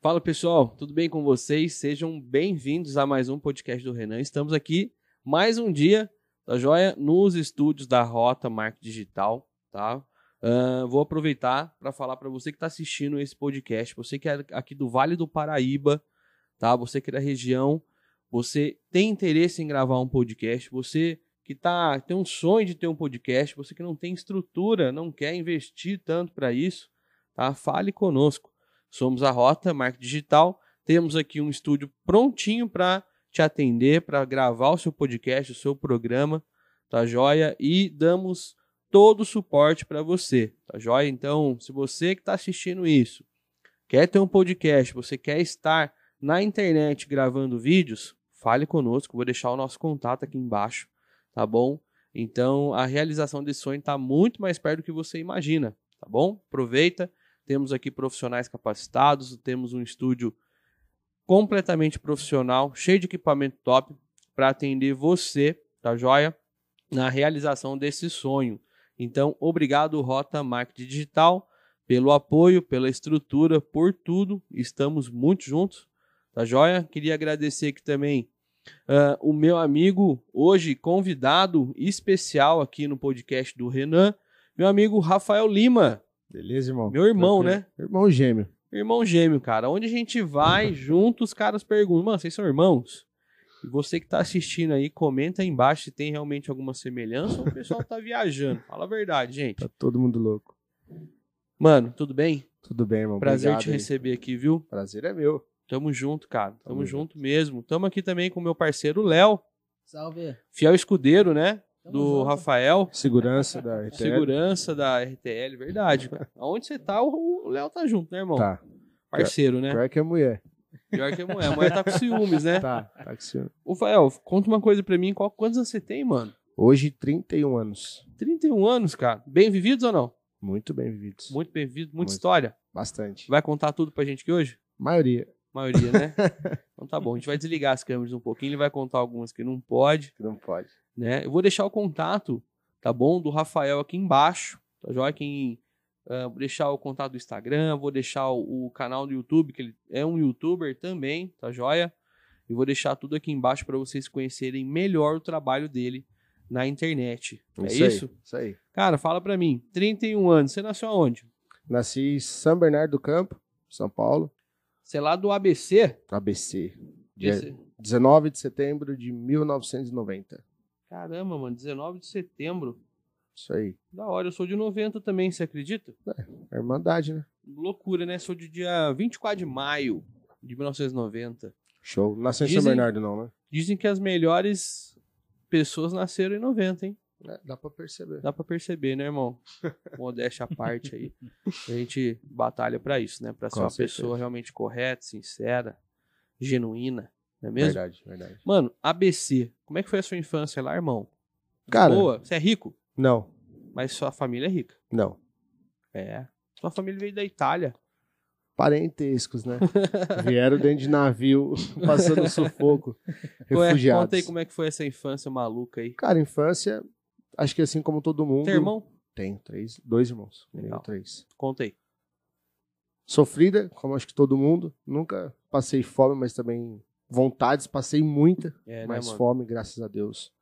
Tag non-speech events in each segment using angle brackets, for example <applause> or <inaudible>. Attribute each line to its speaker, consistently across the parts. Speaker 1: Fala pessoal, tudo bem com vocês? Sejam bem-vindos a mais um podcast do Renan. Estamos aqui mais um dia, tá joia? Nos estúdios da Rota Marketing Digital, tá? Ah, vou aproveitar para falar para você que está assistindo esse podcast, você que é aqui do Vale do Paraíba, tá? Você que é da região, você tem interesse em gravar um podcast, você que tá, tem um sonho de ter um podcast, você que não tem estrutura, não quer investir tanto para isso, tá? Fale conosco. Somos a Rota, marca digital. Temos aqui um estúdio prontinho para te atender, para gravar o seu podcast, o seu programa, tá joia? E damos todo o suporte para você, tá joia? Então, se você que está assistindo isso quer ter um podcast, você quer estar na internet gravando vídeos, fale conosco, vou deixar o nosso contato aqui embaixo, tá bom? Então, a realização desse sonho está muito mais perto do que você imagina, tá bom? Aproveita, temos aqui profissionais capacitados, temos um estúdio completamente profissional, cheio de equipamento top, para atender você, tá joia? Na realização desse sonho. Então, obrigado, Rota Marketing Digital, pelo apoio, pela estrutura, por tudo. Estamos muito juntos, tá joia? Queria agradecer aqui também ah, o meu amigo, hoje convidado especial aqui no podcast do Renan, meu amigo Rafael Lima.
Speaker 2: Beleza, irmão?
Speaker 1: Meu irmão, né?
Speaker 2: Irmão gêmeo.
Speaker 1: Irmão gêmeo, cara. Onde a gente vai junto, os caras perguntam, mano, vocês são irmãos? E você que tá assistindo aí, comenta aí embaixo se tem realmente alguma semelhança ou o pessoal tá viajando. Fala a verdade, gente.
Speaker 2: Tá todo mundo louco.
Speaker 1: Mano, tudo bem?
Speaker 2: Tudo bem, irmão.
Speaker 1: Prazer
Speaker 2: Obrigado
Speaker 1: te
Speaker 2: aí.
Speaker 1: receber aqui, viu?
Speaker 2: Prazer é meu.
Speaker 1: Tamo junto, cara. Tamo,
Speaker 2: Tamo
Speaker 1: junto mesmo. Tamo aqui também com meu parceiro Léo,
Speaker 3: Salve.
Speaker 1: fiel escudeiro, né?
Speaker 3: Tamo
Speaker 1: Do
Speaker 3: junto.
Speaker 1: Rafael, <laughs>
Speaker 2: Segurança da RTL.
Speaker 1: segurança da RTL, verdade, cara. Aonde você tá, o o Léo tá junto, né, irmão?
Speaker 2: Tá.
Speaker 1: Parceiro, né?
Speaker 2: Pior que a mulher.
Speaker 1: Pior que a mulher. A mulher tá com ciúmes, né?
Speaker 2: Tá. tá que senhor.
Speaker 1: Ô, Fael, conta uma coisa pra mim. Qual, quantos anos você tem, mano?
Speaker 2: Hoje, 31 anos.
Speaker 1: 31 anos, cara. Bem vividos ou não?
Speaker 2: Muito bem vividos.
Speaker 1: Muito bem vivido, muita
Speaker 2: Muito.
Speaker 1: história.
Speaker 2: Bastante.
Speaker 1: Vai contar tudo pra gente aqui hoje?
Speaker 2: Maioria.
Speaker 1: A maioria, né? então tá bom, a gente vai desligar as câmeras um pouquinho. Ele vai contar algumas que não pode,
Speaker 2: Que não pode.
Speaker 1: né? Eu vou deixar o contato, tá bom? Do Rafael aqui embaixo. Tá joia? Quem. ah, vou deixar o contato do Instagram, vou deixar o, o canal do YouTube, que ele é um youtuber também, tá joia? E vou deixar tudo aqui embaixo pra vocês conhecerem melhor o trabalho dele na internet. é
Speaker 2: aí,
Speaker 1: isso?
Speaker 2: Isso aí.
Speaker 1: Cara, fala pra mim, 31 anos, você nasceu aonde?
Speaker 2: Nasci em São Bernardo do Campo, São Paulo.
Speaker 1: Você é lá do ABC?
Speaker 2: ABC. Dia
Speaker 1: Esse-
Speaker 2: 19 de setembro de 1990.
Speaker 1: Caramba, mano, 19 de setembro.
Speaker 2: Isso aí.
Speaker 1: Da hora, eu sou de 90 também, você acredita?
Speaker 2: A Irmandade, né?
Speaker 1: Loucura, né? Sou de dia 24 de maio de 1990.
Speaker 2: Show. Nasceu em São
Speaker 1: Dizem-
Speaker 2: Bernardo, não, né?
Speaker 1: Dizem que as melhores pessoas nasceram em 90, hein?
Speaker 2: É, dá pra perceber.
Speaker 1: Dá pra perceber, né,
Speaker 2: <laughs>
Speaker 1: irmão? Modéstia à parte aí. A gente batalha pra isso, né? Pra ser
Speaker 2: Com
Speaker 1: uma
Speaker 2: certeza.
Speaker 1: pessoa realmente correta, sincera, genuína, não é mesmo?
Speaker 2: Verdade, verdade.
Speaker 1: Mano, ABC, como é que foi a sua infância lá, irmão?
Speaker 2: Cara,
Speaker 1: Boa, você é rico,
Speaker 2: não.
Speaker 1: mas sua família é rica.
Speaker 2: Não.
Speaker 1: É. Sua família veio da Itália.
Speaker 2: parentescos,
Speaker 1: <laughs>
Speaker 2: né? Vieram dentro de navio, <laughs> passando sufoco,
Speaker 1: Ué,
Speaker 2: refugiados.
Speaker 1: Conta aí como é que foi essa infância maluca aí.
Speaker 2: Cara, infância, acho que assim como todo mundo.
Speaker 1: Tem irmão?
Speaker 2: Tenho três, dois irmãos.
Speaker 1: Legal.
Speaker 2: Tenho três.
Speaker 1: Conta aí.
Speaker 2: Sofrida, como acho que todo mundo. Nunca passei fome, mas também vontades, passei muita,
Speaker 1: É,
Speaker 2: mas
Speaker 1: né, mano?
Speaker 2: fome, graças a Deus.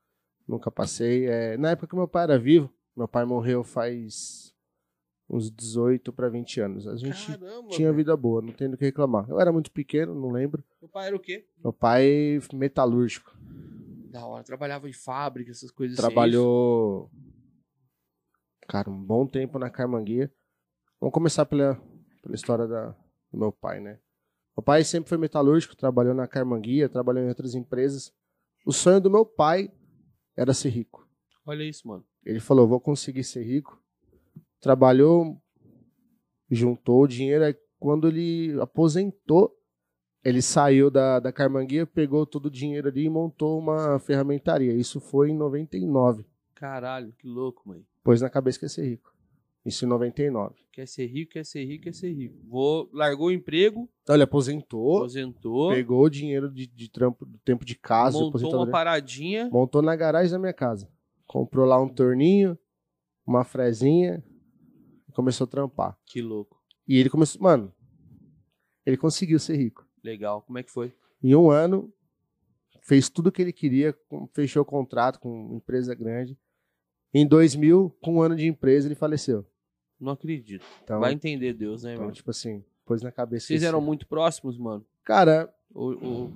Speaker 2: Nunca passei. É, na época que meu pai era vivo, meu pai morreu faz uns 18 para 20 anos. A gente
Speaker 1: Caramba,
Speaker 2: tinha
Speaker 1: velho.
Speaker 2: vida boa, não tem do que reclamar. Eu era muito pequeno, não lembro.
Speaker 1: Meu pai era o quê?
Speaker 2: Meu pai metalúrgico.
Speaker 1: Da hora, trabalhava em fábrica, essas coisas assim,
Speaker 2: Trabalhou, cara, um bom tempo na Carmanguia. Vamos começar pela, pela história da, do meu pai, né? Meu pai sempre foi metalúrgico, trabalhou na Carmanguia, trabalhou em outras empresas. O sonho do meu pai era ser rico.
Speaker 1: isso. Olha isso, mano.
Speaker 2: Ele falou, vou conseguir ser rico. Trabalhou, juntou o dinheiro. Aí quando ele aposentou, ele saiu da, da Carmanguia, pegou todo o dinheiro ali e montou uma ferramentaria. Isso foi em 99.
Speaker 1: Caralho, que louco, mano.
Speaker 2: Pôs na cabeça que ia ser rico. Isso em 99.
Speaker 1: Quer ser rico, quer ser rico, quer ser rico. Vou... Largou o emprego,
Speaker 2: Então ele aposentou,
Speaker 1: aposentou,
Speaker 2: pegou o dinheiro de, de trampo, do tempo de casa, de
Speaker 1: montou uma
Speaker 2: aposentadoria.
Speaker 1: paradinha.
Speaker 2: Montou na garagem da minha casa. Comprou lá um torninho, uma frezinha e começou a trampar.
Speaker 1: Que louco.
Speaker 2: E ele começou, mano. Ele conseguiu ser rico.
Speaker 1: Legal. Como é que foi?
Speaker 2: Em um ano, fez tudo o que ele queria, com- fechou contrato com empresa grande. Em 2000, com um ano de empresa, ele faleceu.
Speaker 1: Não acredito.
Speaker 2: Então,
Speaker 1: Vai entender Deus, né,
Speaker 2: então
Speaker 1: meu?
Speaker 2: tipo assim, pôs na cabeça.
Speaker 1: Vocês
Speaker 2: isso.
Speaker 1: eram muito próximos, mano?
Speaker 2: Cara,
Speaker 1: Ou, ou-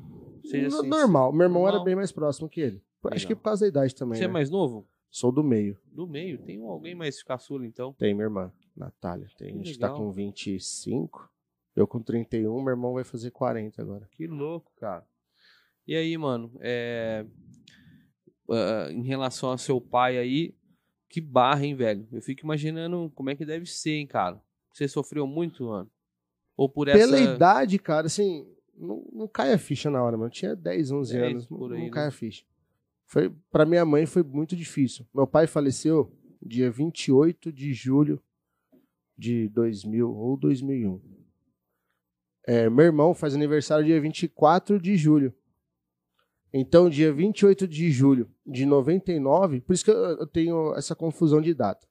Speaker 1: seja
Speaker 2: no-
Speaker 1: assim,
Speaker 2: normal. Meu irmão
Speaker 1: normal.
Speaker 2: era bem mais próximo que ele. Acho
Speaker 1: Legal.
Speaker 2: que por causa da idade também.
Speaker 1: Você é
Speaker 2: né?
Speaker 1: mais novo?
Speaker 2: Sou do meio.
Speaker 1: Do meio. Tem um alguém mais caçula, então?
Speaker 2: Tem minha irmã, Natália. Tem, a
Speaker 1: Que
Speaker 2: gente tá
Speaker 1: legal.
Speaker 2: com 25. Eu com 31, meu irmão vai fazer 40 agora.
Speaker 1: Que louco, cara. E aí, mano, é... ah, em relação ao seu pai aí, que barra, hein, velho? Eu fico imaginando como é que deve ser, hein, cara? Você sofreu muito, mano? Ou por
Speaker 2: Pela
Speaker 1: essa...
Speaker 2: idade, cara, assim, não, não cai a ficha na hora, mano. Eu tinha 10, 11
Speaker 1: 10
Speaker 2: anos, não-
Speaker 1: por aí,
Speaker 2: não
Speaker 1: né?
Speaker 2: cai a ficha. Foi, pra minha mãe foi muito difícil. Meu pai faleceu dia 28 de julho de 2000 ou 2001. É, meu irmão faz aniversário dia 24 de julho. Então, dia 28 de julho de 99, por isso que eu eu tenho essa confusão de data.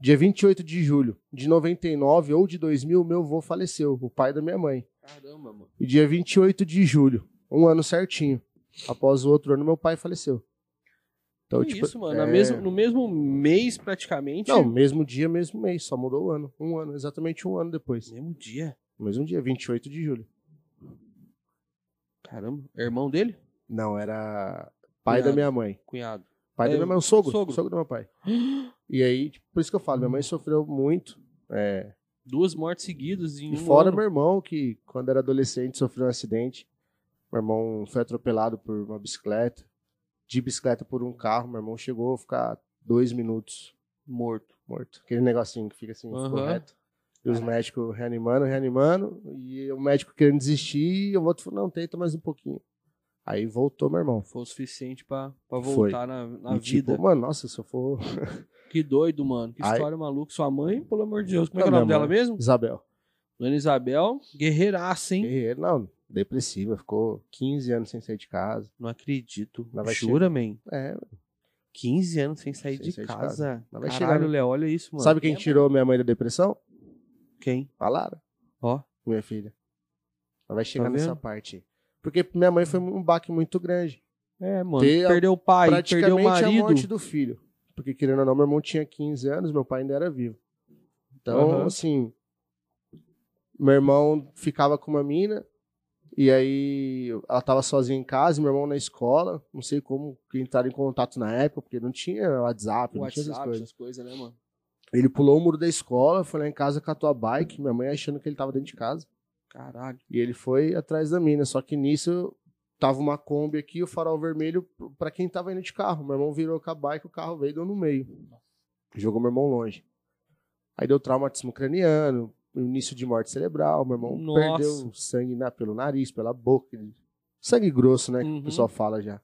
Speaker 2: Dia 28 de julho de 99 ou de 2000, meu avô faleceu, o pai da minha mãe.
Speaker 1: Caramba, mano.
Speaker 2: E dia 28 de julho, um ano certinho, após o outro ano, meu pai faleceu. Então,
Speaker 1: Que
Speaker 2: tipo,
Speaker 1: isso, mano? Na
Speaker 2: é-
Speaker 1: mesmo- no mesmo mês, praticamente?
Speaker 2: Não, mesmo dia, mesmo mês, só mudou o ano. Um ano, exatamente um ano depois.
Speaker 1: Mesmo dia.
Speaker 2: Mesmo dia, 28 de julho.
Speaker 1: Caramba. Irmão dele?
Speaker 2: Não, era pai
Speaker 1: Cunhado.
Speaker 2: da minha mãe.
Speaker 1: Cunhado.
Speaker 2: Pai
Speaker 1: É,
Speaker 2: da minha mãe, o sogro,
Speaker 1: sogro.
Speaker 2: sogro. do meu pai. E aí, tipo, por isso que eu falo, minha mãe sofreu muito. é,
Speaker 1: Duas mortes seguidas em
Speaker 2: e
Speaker 1: um
Speaker 2: fora
Speaker 1: ano.
Speaker 2: meu irmão, que quando era adolescente sofreu um acidente. Meu irmão foi atropelado por uma bicicleta. De bicicleta por um carro, meu irmão chegou a ficar dois minutos
Speaker 1: Morto.
Speaker 2: morto. Aquele negocinho que fica assim,
Speaker 1: Aham. É.
Speaker 2: ficou reto. E os médicos reanimando, reanimando. E o médico querendo desistir. E o outro falou, não, tenta mais um pouquinho. Aí voltou meu irmão.
Speaker 1: Foi o suficiente pra, pra
Speaker 2: Foi.
Speaker 1: voltar na, na
Speaker 2: e,
Speaker 1: vida.
Speaker 2: Tipo, mano, nossa, se eu for <laughs>
Speaker 1: Que doido, mano. Que
Speaker 2: Ai.
Speaker 1: história maluca. Sua mãe, pelo amor de Deus. Como é que é o
Speaker 2: Não,
Speaker 1: nome
Speaker 2: minha
Speaker 1: dela
Speaker 2: mãe.
Speaker 1: mesmo?
Speaker 2: Isabel.
Speaker 1: Dona Isabel, guerreiraça, hein?
Speaker 2: Guerreiro, não, depressiva, ficou 15 anos sem sair de casa.
Speaker 1: Não acredito.
Speaker 2: Ela vai
Speaker 1: Jura, man?
Speaker 2: É,
Speaker 1: 15 anos sem sair
Speaker 2: Sem
Speaker 1: de
Speaker 2: sair de
Speaker 1: casa.
Speaker 2: Ela vai
Speaker 1: Caralho,
Speaker 2: chegar, né?
Speaker 1: Léo, olha isso, mano.
Speaker 2: sabe quem
Speaker 1: É,
Speaker 2: tirou minha mãe da depressão?
Speaker 1: mano. Quem?
Speaker 2: A Lara,
Speaker 1: Ó,
Speaker 2: minha filha. Ela vai chegar
Speaker 1: Tá vendo?
Speaker 2: nessa parte. aí. Porque minha mãe foi um baque muito grande.
Speaker 1: é, mano.
Speaker 2: Ter a-
Speaker 1: Perdeu o pai, perdeu o
Speaker 2: Praticamente é um a
Speaker 1: marido.
Speaker 2: morte do filho. Porque querendo ou não, meu irmão tinha 15 anos, meu pai ainda era vivo. Então,
Speaker 1: Aham.
Speaker 2: assim, meu irmão ficava com uma mina, e aí ela tava sozinha em casa, e meu irmão na escola, não sei como que entraram em contato na época, porque não tinha WhatsApp, não tinha essas
Speaker 1: WhatsApp,
Speaker 2: coisas.
Speaker 1: essas coisas, né, mano?
Speaker 2: Ele pulou o muro da escola, foi lá em casa catou a bike, minha mãe achando que ele tava dentro de casa.
Speaker 1: Caralho.
Speaker 2: E ele foi atrás da mina, só que nisso tava uma Kombi aqui, o farol vermelho pra quem tava indo de carro. Meu irmão virou com a bike, o carro veio e deu no meio. Jogou meu irmão longe. Aí deu traumatismo craniano, início de morte cerebral, meu irmão
Speaker 1: Nossa.
Speaker 2: perdeu sangue na- pelo nariz, pela boca. ele- Sangue grosso, né? Que
Speaker 1: Uhum.
Speaker 2: o pessoal fala já.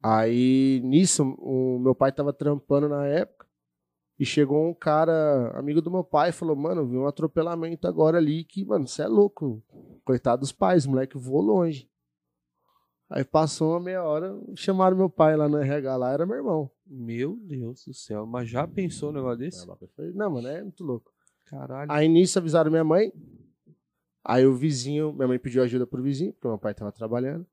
Speaker 2: Aí, nisso, o meu pai tava trampando na época. E chegou um cara, amigo do meu pai, e falou: Mano, vi um atropelamento agora ali que, mano, você é louco. Coitado dos pais, o moleque voou longe. Aí passou uma meia hora, chamaram meu pai lá no RH, lá era meu irmão.
Speaker 1: Meu Deus do céu. Mas já pensou um
Speaker 2: Hum,
Speaker 1: negócio desse?
Speaker 2: Eu falei, Não, mano, é muito louco.
Speaker 1: Caralho.
Speaker 2: Aí nisso avisaram minha mãe. Aí o vizinho, minha mãe pediu ajuda pro vizinho, porque meu pai tava trabalhando.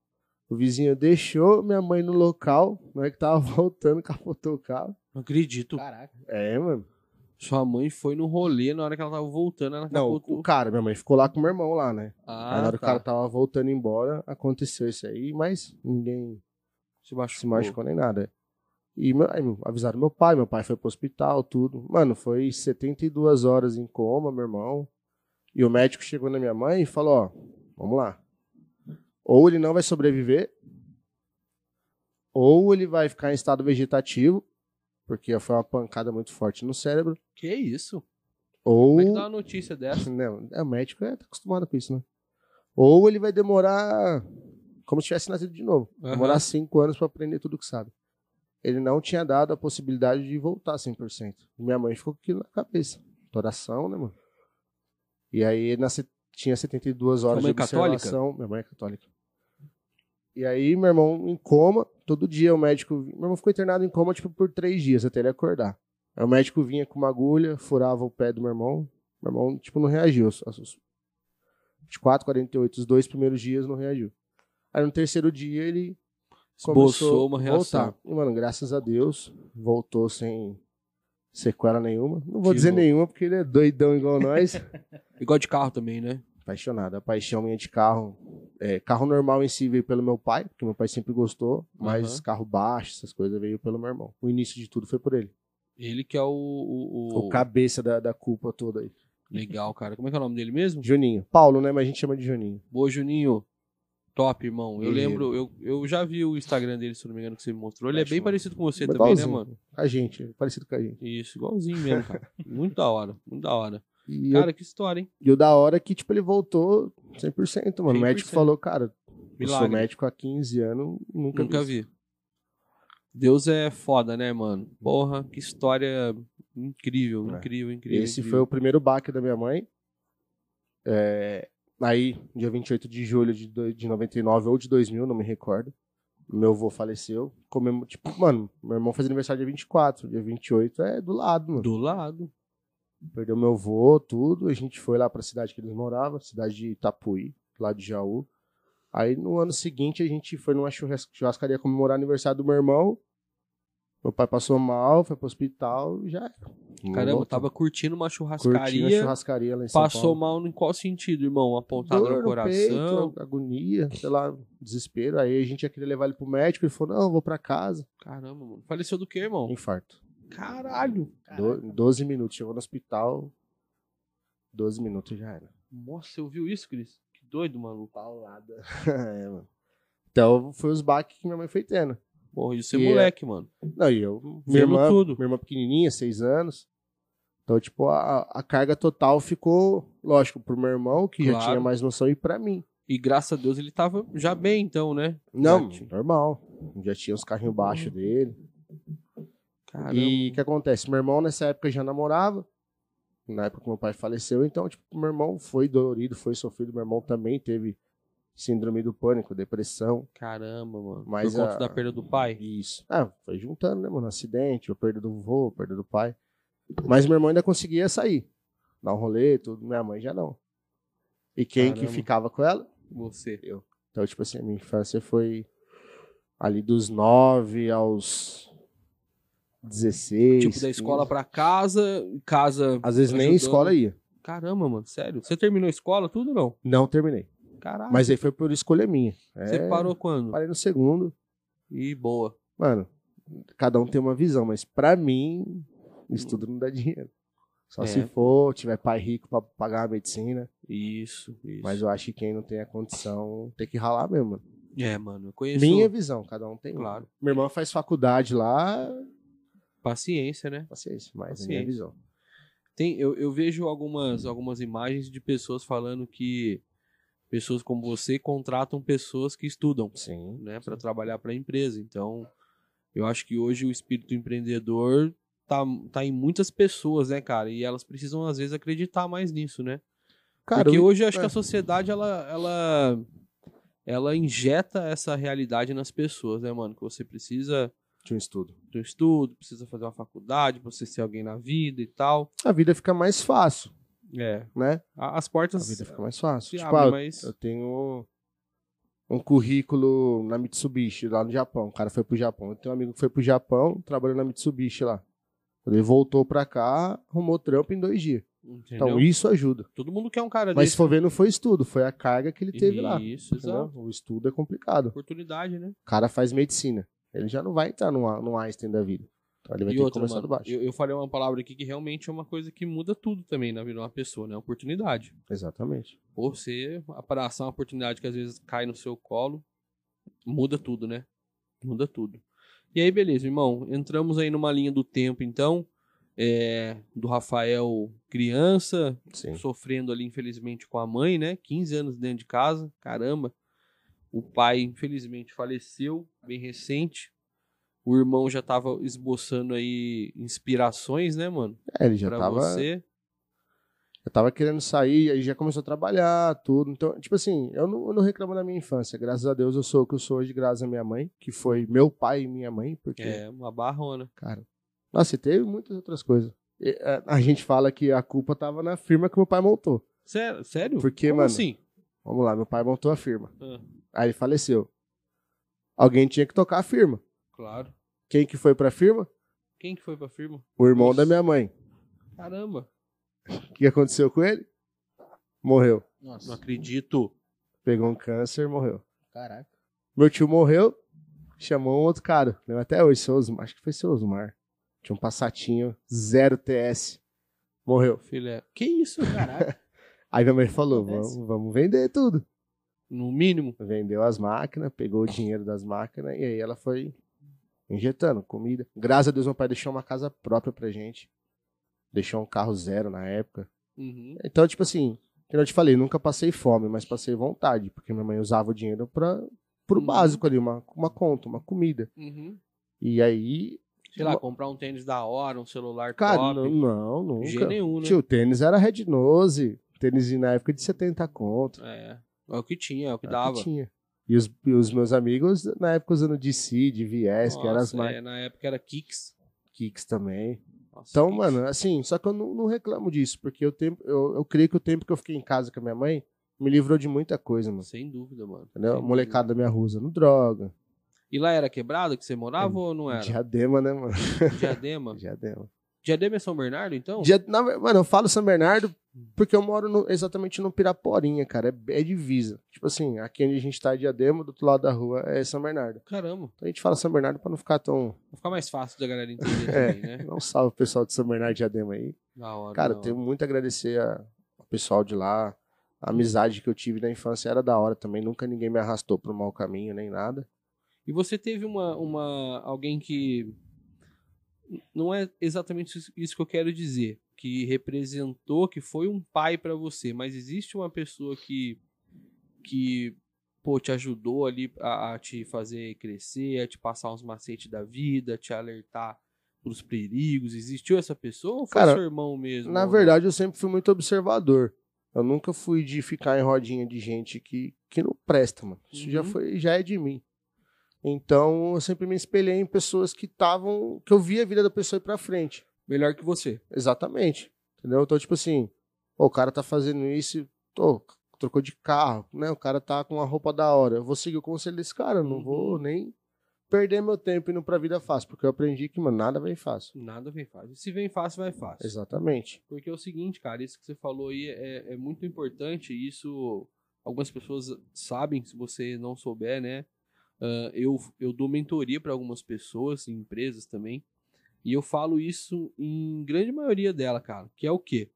Speaker 2: O vizinho deixou minha mãe no local, na hora que tava <laughs> voltando, capotou o carro.
Speaker 1: Não acredito.
Speaker 2: Caraca. É, mano.
Speaker 1: Sua mãe foi no rolê na hora que ela tava voltando, ela
Speaker 2: Não,
Speaker 1: capotou.
Speaker 2: o cara, minha mãe ficou lá com o meu irmão lá, né? aí
Speaker 1: Ah,
Speaker 2: na hora que o cara
Speaker 1: tá.
Speaker 2: tava voltando embora, aconteceu isso aí, mas ninguém
Speaker 1: Se machucou.
Speaker 2: se machucou nem nada. E meu- aí meu- avisaram meu pai, meu pai foi pro hospital, tudo. Mano, foi 72 horas em coma, meu irmão. E o médico chegou na minha mãe e falou, ó, vamos lá. Ou ele não vai sobreviver, ou ele vai ficar em estado vegetativo, porque foi uma pancada muito forte no cérebro,
Speaker 1: Que isso?
Speaker 2: ou...
Speaker 1: Como é que dá uma notícia dessa?
Speaker 2: Não, é, o médico é, tá acostumado com isso, né? Ou ele vai demorar como se tivesse nascido de novo.
Speaker 1: Aham.
Speaker 2: Demorar cinco anos pra aprender tudo que sabe. Ele não tinha dado a possibilidade de voltar 100%. Minha mãe ficou com aquilo na cabeça. Coração, né, mano? E aí na, se- tinha 72 horas
Speaker 1: mãe
Speaker 2: de
Speaker 1: é católica?
Speaker 2: observação. Minha mãe é católica. E aí, meu irmão em coma, todo dia o médico. Meu irmão ficou internado em coma, tipo, por três dias até ele acordar. Aí o médico vinha com uma agulha, furava o pé do meu irmão. Meu irmão, tipo, não reagiu. As- as- 24, 48, os dois primeiros dias não reagiu. Aí no terceiro dia ele
Speaker 1: Esboçou uma
Speaker 2: a
Speaker 1: reação.
Speaker 2: voltar. E, mano, graças a Deus, voltou sem sequela nenhuma. Não vou
Speaker 1: Que
Speaker 2: dizer
Speaker 1: bom.
Speaker 2: nenhuma porque ele é doidão igual nós.
Speaker 1: Igual de carro também, né?
Speaker 2: Apaixonado, a paixão minha de carro. é, carro normal em si veio pelo meu pai, porque meu pai sempre gostou, mas
Speaker 1: Aham.
Speaker 2: carro baixo, essas coisas, veio pelo meu irmão. O início de tudo foi por ele.
Speaker 1: Ele que é o. O,
Speaker 2: O cabeça da, da culpa toda aí.
Speaker 1: Legal, cara. Como é que é o nome dele mesmo?
Speaker 2: Juninho. Paulo, né? Mas a gente chama de Juninho.
Speaker 1: Boa, Juninho. Top, irmão. Eu
Speaker 2: Guerreiro.
Speaker 1: lembro, eu, eu já vi o Instagram dele, se não me engano, que você me mostrou. Ele é
Speaker 2: Ótimo.
Speaker 1: bem parecido com você
Speaker 2: Mas
Speaker 1: também, né, mano?
Speaker 2: igualzinho. A gente, é parecido com a gente.
Speaker 1: Isso, igualzinho mesmo, cara.
Speaker 2: <laughs>
Speaker 1: muito da hora, muito da hora.
Speaker 2: E eu-
Speaker 1: Cara, que história, hein?
Speaker 2: E o da hora é que, tipo, ele voltou 100%, mano. O
Speaker 1: 100%.
Speaker 2: médico falou, cara, eu sou
Speaker 1: Milagre.
Speaker 2: médico há 15 anos, nunca,
Speaker 1: Nunca vi. Deus é foda, né, mano? Porra, que história incrível,
Speaker 2: É.
Speaker 1: incrível, incrível.
Speaker 2: Esse foi o primeiro baque da minha mãe. É, Aí, dia 28 de julho de, do- de 99 ou de 2000, não me recordo, meu avô faleceu. Comemo... Tipo, mano, meu irmão fez aniversário dia 24, dia 28 é do lado, mano.
Speaker 1: Do lado.
Speaker 2: Perdeu meu avô, tudo. A gente foi lá pra cidade que eles moravam, cidade de Itapuí, lá de Jaú. Aí no ano seguinte a gente foi numa churras- churrascaria comemorar o aniversário do meu irmão. Meu pai passou mal, foi pro hospital e já. era.
Speaker 1: Caramba,
Speaker 2: Voltou.
Speaker 1: tava curtindo uma
Speaker 2: Curtindo a
Speaker 1: churrascaria.
Speaker 2: churrascaria lá em São
Speaker 1: Passou
Speaker 2: Paulo.
Speaker 1: mal em qual sentido, irmão? Uma pontada
Speaker 2: Dor
Speaker 1: no coração.
Speaker 2: peito, agonia, sei lá, desespero. Aí a gente ia querer levar ele pro médico, ele falou: "Não, eu vou pra casa".
Speaker 1: Caramba, mano. Faleceu do que, irmão?
Speaker 2: Infarto.
Speaker 1: Caralho.
Speaker 2: Do, 12 minutos chegou no hospital. 12 minutos já era. <laughs>
Speaker 1: Nossa, eu viu isso, Cris? Que doido, maluco.
Speaker 2: Paulada. é, mano. Então foi os baques que minha mãe foi tendo.
Speaker 1: Porra, isso é
Speaker 2: E é-
Speaker 1: moleque, mano.
Speaker 2: Não, e eu. Minha
Speaker 1: Vendo
Speaker 2: irmã,
Speaker 1: tudo.
Speaker 2: minha irmã pequenininha, seis anos. Então, tipo, a, a carga total ficou, lógico, pro meu irmão, que já
Speaker 1: Claro.
Speaker 2: tinha mais noção, e pra mim.
Speaker 1: E graças a Deus ele tava já bem, então, né?
Speaker 2: Não,
Speaker 1: Já tinha- Uhum.
Speaker 2: normal. Já tinha os carrinhos baixos dele.
Speaker 1: Caramba.
Speaker 2: E o que acontece? Meu irmão nessa época já namorava. Na época que meu pai faleceu, então, tipo, meu irmão foi dolorido, foi sofrido. Meu irmão também teve síndrome do pânico, depressão.
Speaker 1: Caramba, mano.
Speaker 2: Mas
Speaker 1: Por conta
Speaker 2: a-
Speaker 1: da perda do pai?
Speaker 2: Isso. Ah, foi juntando, né, mano? Acidente, eu perda do vô, perda do pai. Mas meu irmão ainda conseguia sair. Dar um rolê, tudo. Minha mãe já não. E quem
Speaker 1: Caramba.
Speaker 2: que ficava com ela?
Speaker 1: Você.
Speaker 2: Então, tipo assim, a minha infância foi ali dos 9 aos 16.
Speaker 1: Tipo, da escola né? pra casa, casa...
Speaker 2: Às vezes nem
Speaker 1: ajudando.
Speaker 2: escola ia.
Speaker 1: Caramba, mano, sério. Você terminou a escola, tudo ou não?
Speaker 2: Não terminei.
Speaker 1: Caralho.
Speaker 2: Mas aí foi por escolha minha.
Speaker 1: Ah, Você
Speaker 2: É,
Speaker 1: parou quando?
Speaker 2: Parei no segundo.
Speaker 1: Ih, boa.
Speaker 2: Mano, cada um tem uma visão, mas pra mim, estudo não dá dinheiro. Só
Speaker 1: É.
Speaker 2: se for, tiver pai rico pra pagar a medicina.
Speaker 1: Isso, isso.
Speaker 2: Mas eu acho que quem não tem a condição tem que ralar mesmo. mano.
Speaker 1: É, mano, eu conheço...
Speaker 2: Minha visão, cada um tem. uma.
Speaker 1: Claro.
Speaker 2: Minha irmã faz faculdade lá,
Speaker 1: Paciência, né?
Speaker 2: paciência, mas é
Speaker 1: Paciência.
Speaker 2: minha visão.
Speaker 1: Tem, eu, eu vejo algumas, algumas imagens de pessoas falando que pessoas como você contratam pessoas que estudam,
Speaker 2: Sim.
Speaker 1: né, para trabalhar para a empresa. Então, eu acho que hoje o espírito empreendedor tá, tá em muitas pessoas, né, cara? E elas precisam às vezes acreditar mais nisso, né?
Speaker 2: Cara,
Speaker 1: Porque
Speaker 2: eu-
Speaker 1: hoje eu acho
Speaker 2: é.
Speaker 1: que a sociedade ela, ela ela injeta essa realidade nas pessoas, né, mano? Que você precisa
Speaker 2: tinha um estudo.
Speaker 1: do estudo, precisa fazer uma faculdade, pra você ser alguém na vida e tal.
Speaker 2: A vida fica mais fácil,
Speaker 1: É,
Speaker 2: né?
Speaker 1: a- as
Speaker 2: A
Speaker 1: portas
Speaker 2: vida fica mais fácil.
Speaker 1: se
Speaker 2: Tipo,
Speaker 1: abrem,
Speaker 2: ah,
Speaker 1: mas
Speaker 2: Eu tenho um currículo na Mitsubishi, lá no Japão. O cara foi pro Japão. Eu tenho um amigo que foi pro Japão, trabalhou na Mitsubishi lá. Ele voltou pra cá, arrumou trampo em dois dias.
Speaker 1: entendeu?
Speaker 2: Então isso ajuda.
Speaker 1: todo mundo quer um cara
Speaker 2: Mas se
Speaker 1: desse.
Speaker 2: for ver, não foi estudo, foi a carga que ele teve lá.
Speaker 1: Isso,
Speaker 2: entendeu?
Speaker 1: exato.
Speaker 2: O estudo é complicado.
Speaker 1: Oportunidade, né?
Speaker 2: O cara faz medicina. Ele já não vai entrar no, no Einstein da vida. Então ele vai
Speaker 1: e
Speaker 2: ter
Speaker 1: outra,
Speaker 2: que começar
Speaker 1: mano,
Speaker 2: do baixo.
Speaker 1: Eu, eu falei uma palavra aqui que realmente é uma coisa que muda tudo também na vida de uma pessoa, né? Oportunidade.
Speaker 2: Exatamente.
Speaker 1: Por ser abraçar uma oportunidade que às vezes cai no seu colo, muda tudo, né? Muda tudo. E aí, beleza, irmão. Entramos aí numa linha do tempo, então. é, do Rafael criança,
Speaker 2: Sim.
Speaker 1: sofrendo ali, infelizmente, com a mãe, né? 15 anos dentro de casa, caramba. O pai, infelizmente, faleceu, bem recente. O irmão já tava esboçando aí inspirações, né, mano?
Speaker 2: É, ele já
Speaker 1: pra
Speaker 2: tava.
Speaker 1: você.
Speaker 2: Eu tava querendo sair, aí já começou a trabalhar, tudo. Então, tipo assim, eu não, eu não reclamo da minha infância. Graças a Deus eu sou o que eu sou hoje, graças à minha mãe, que foi meu pai e minha mãe, porque,
Speaker 1: É, uma barrona.
Speaker 2: cara. Nossa, e teve muitas outras coisas. E, é, a, gente fala que a culpa tava na firma que meu pai montou.
Speaker 1: Sé- Sério?
Speaker 2: Porque,
Speaker 1: Como
Speaker 2: mano,
Speaker 1: assim?
Speaker 2: Vamos lá, meu pai montou a firma.
Speaker 1: Ah.
Speaker 2: Aí ele faleceu. Alguém tinha que tocar a firma.
Speaker 1: Claro.
Speaker 2: Quem que foi pra firma?
Speaker 1: Quem que foi pra firma?
Speaker 2: O irmão
Speaker 1: Nossa.
Speaker 2: da minha mãe.
Speaker 1: Caramba.
Speaker 2: O que aconteceu com ele? Morreu.
Speaker 1: Não
Speaker 3: Nossa,
Speaker 1: acredito.
Speaker 2: Pegou um câncer, morreu.
Speaker 3: caraca.
Speaker 2: Meu tio morreu, chamou um outro cara. Lembro até hoje, seu Osmar. Acho que foi seu Osmar. Tinha um passatinho, zero TS. Morreu.
Speaker 1: Filé. é, Que isso?
Speaker 3: Caraca.
Speaker 2: Aí minha mãe falou:
Speaker 3: Acontece.
Speaker 2: vamos, vamos vender tudo.
Speaker 1: <laughs> No mínimo.
Speaker 2: Vendeu as máquinas, pegou o dinheiro das máquinas e aí ela foi injetando comida. Graças a Deus, meu pai deixou uma casa própria pra gente. Deixou um carro zero na época.
Speaker 1: Uhum.
Speaker 2: Então, tipo assim, como eu te falei, nunca passei fome, mas passei vontade, porque minha mãe usava o dinheiro pra, pro
Speaker 1: Uhum.
Speaker 2: básico ali, uma, uma conta, uma comida.
Speaker 1: Uhum.
Speaker 2: E aí,
Speaker 1: Sei lá, comprar um tênis da hora, um celular
Speaker 2: Cara,
Speaker 1: top.
Speaker 2: não, não, nunca.
Speaker 1: de jeito nenhum, né?
Speaker 2: Tio, o tênis era Red Nose. Tênis na época de 70 conto.
Speaker 1: É. É o que tinha, é o que
Speaker 2: era o
Speaker 1: dava.
Speaker 2: Que tinha. E os, e os meus amigos, na época, usando DC, de viés, que eram as
Speaker 1: Nossa,
Speaker 2: mais
Speaker 1: é, na época era Kicks.
Speaker 2: kicks também.
Speaker 1: Nossa,
Speaker 2: Então,
Speaker 1: Kicks.
Speaker 2: mano, assim, só que eu não, não reclamo disso, porque eu, tempo, eu, eu creio que o tempo que eu fiquei em casa com a minha mãe me livrou de muita coisa, mano.
Speaker 1: Sem dúvida, mano.
Speaker 2: Entendeu?
Speaker 1: Sem
Speaker 2: A molecada da minha rua usando droga.
Speaker 1: dúvida. E lá era quebrado que você morava ou não era?
Speaker 2: É, Diadema, né, mano? <laughs>
Speaker 1: Diadema.
Speaker 2: Diadema.
Speaker 1: Diadema é São Bernardo, então?
Speaker 2: Dia- na ver- mano, eu falo São Bernardo porque eu moro no- exatamente no Piraporinha, cara. É, é divisa. Tipo assim, aqui onde a gente tá, Diadema, do outro lado da rua é São Bernardo.
Speaker 1: Caramba.
Speaker 2: Então a gente fala São Bernardo pra não ficar tão.
Speaker 1: Vai ficar mais fácil da galera entender
Speaker 2: <laughs> É.
Speaker 1: também, né?
Speaker 2: Não salve o pessoal de São Bernardo e Diadema aí.
Speaker 1: Da hora.
Speaker 2: Cara,
Speaker 1: da
Speaker 2: eu
Speaker 1: hora.
Speaker 2: tenho muito a agradecer a- ao pessoal de lá. A amizade que eu tive na infância era da hora também. Nunca ninguém me arrastou pro mau caminho nem nada.
Speaker 1: E você teve uma, uma. alguém que. Não é exatamente isso- isso que eu quero dizer. Que representou, que foi um pai pra você. Mas existe uma pessoa que. que. Pô, te ajudou ali a, a te fazer crescer, a te passar uns macetes da vida, te alertar pros perigos. Existiu essa pessoa ou foi
Speaker 2: Cara,
Speaker 1: seu irmão mesmo?
Speaker 2: Na
Speaker 1: Ou-
Speaker 2: verdade, eu sempre fui muito observador. Eu nunca fui de ficar em rodinha de gente que, que não presta, mano. Isso já
Speaker 1: Uhum.
Speaker 2: foi, já é de mim. Então, eu sempre me espelhei em pessoas que estavam, que eu via a vida da pessoa ir pra frente.
Speaker 1: Melhor que você.
Speaker 2: Exatamente. Entendeu? Então, tipo assim, pô, o cara tá fazendo isso, e, pô, trocou de carro, né? O cara tá com uma roupa da hora. Eu vou seguir o conselho desse cara, eu não
Speaker 1: Uhum.
Speaker 2: vou nem perder meu tempo indo pra vida fácil, porque eu aprendi que, mano, nada vem fácil.
Speaker 1: Nada vem fácil. Se vem fácil, vai fácil.
Speaker 2: Exatamente.
Speaker 1: Porque é o seguinte, cara, isso que você falou aí é, é muito importante. e Isso algumas pessoas sabem, se você não souber, né? Ah, eu, eu dou mentoria para algumas pessoas, em empresas também. E eu falo isso em grande maioria dela, cara. Que é o quê?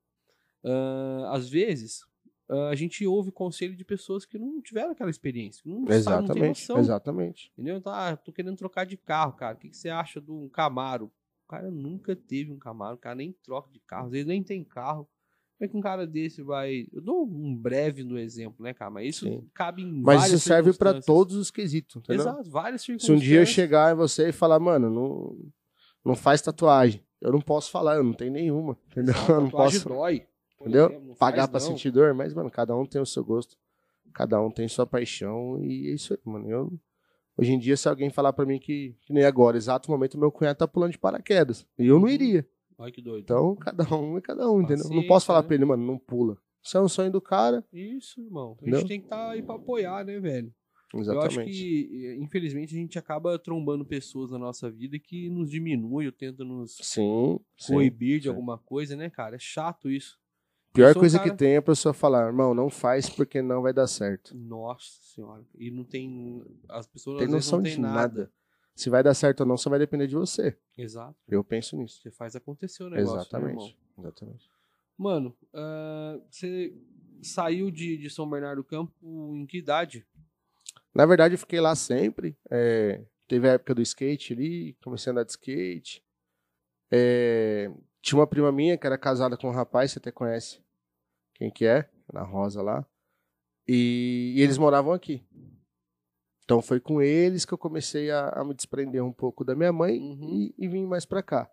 Speaker 1: Ah, às vezes ah, a gente ouve conselho de pessoas que não tiveram aquela experiência, que não, sabe, não tem
Speaker 2: Exatamente.
Speaker 1: noção. né?
Speaker 2: Exatamente.
Speaker 1: Entendeu? Tá, ah, tô querendo trocar de carro, cara. O que, que você acha de um Camaro? O cara nunca teve um Camaro, o cara nem troca de carro, às vezes nem tem carro. Como é que um cara desse vai. Eu dou um breve no exemplo, né, cara? Mas isso
Speaker 2: Sim.
Speaker 1: cabe em
Speaker 2: Mas
Speaker 1: várias
Speaker 2: isso serve pra
Speaker 1: circunstâncias.
Speaker 2: todos os quesitos, entendeu?
Speaker 1: Exato, várias
Speaker 2: Se um dia eu
Speaker 1: circunstâncias.
Speaker 2: chegar em você e falar, mano, não, não faz tatuagem, eu não posso falar, eu não tenho nenhuma, <laughs> entendeu? Eu não
Speaker 1: Tatuagem
Speaker 2: posso
Speaker 1: dói, por
Speaker 2: entendeu?
Speaker 1: exemplo, não
Speaker 2: pagar
Speaker 1: faz
Speaker 2: pra
Speaker 1: não.
Speaker 2: sentir dor, mas, mano, cada um tem o seu gosto, cada um tem sua paixão e é isso aí, mano. Eu, hoje em dia, se alguém falar pra mim que, que nem agora, exato momento, meu cunhado tá pulando de paraquedas, e eu não iria.
Speaker 1: Olha que doido.
Speaker 2: Então, cada um é cada um, entendeu? Não
Speaker 1: Paciência,
Speaker 2: posso falar
Speaker 1: né?
Speaker 2: pra ele, mano, não pula. Isso é um sonho do cara.
Speaker 1: Isso, irmão. A gente
Speaker 2: Entendeu?
Speaker 1: tem que estar aí pra apoiar, né, velho? Eu acho
Speaker 2: Exatamente.
Speaker 1: que, eh, infelizmente, a gente acaba trombando pessoas na nossa vida que nos diminuem ou tentam nos
Speaker 2: Sim, sim.
Speaker 1: proibir de
Speaker 2: sim.
Speaker 1: alguma coisa, né, cara? É chato isso. Eu
Speaker 2: Pior
Speaker 1: sou um
Speaker 2: coisa
Speaker 1: cara-
Speaker 2: que tem é a pessoa falar, irmão, não faz porque não vai dar certo.
Speaker 1: Nossa senhora. E não tem. As pessoas
Speaker 2: Tem
Speaker 1: às vezes
Speaker 2: noção
Speaker 1: não têm
Speaker 2: de
Speaker 1: nada.
Speaker 2: nada. Se vai dar certo ou não, só vai depender de você.
Speaker 1: Exato.
Speaker 2: Eu penso nisso.
Speaker 1: Você faz acontecer o negócio. né, irmão?
Speaker 2: Exatamente. Exatamente.
Speaker 1: Mano, ah, você saiu de, de São Bernardo do Campo em que idade?
Speaker 2: Na verdade, eu fiquei lá sempre. é, teve a época do skate ali, comecei a andar de skate. É, tinha uma prima minha que era casada com um rapaz, você até conhece quem que é, na Rosa lá. E, e eles moravam aqui. Então foi com eles que eu comecei a, a me desprender um pouco da minha mãe
Speaker 1: Uhum.
Speaker 2: e, e vim mais pra cá.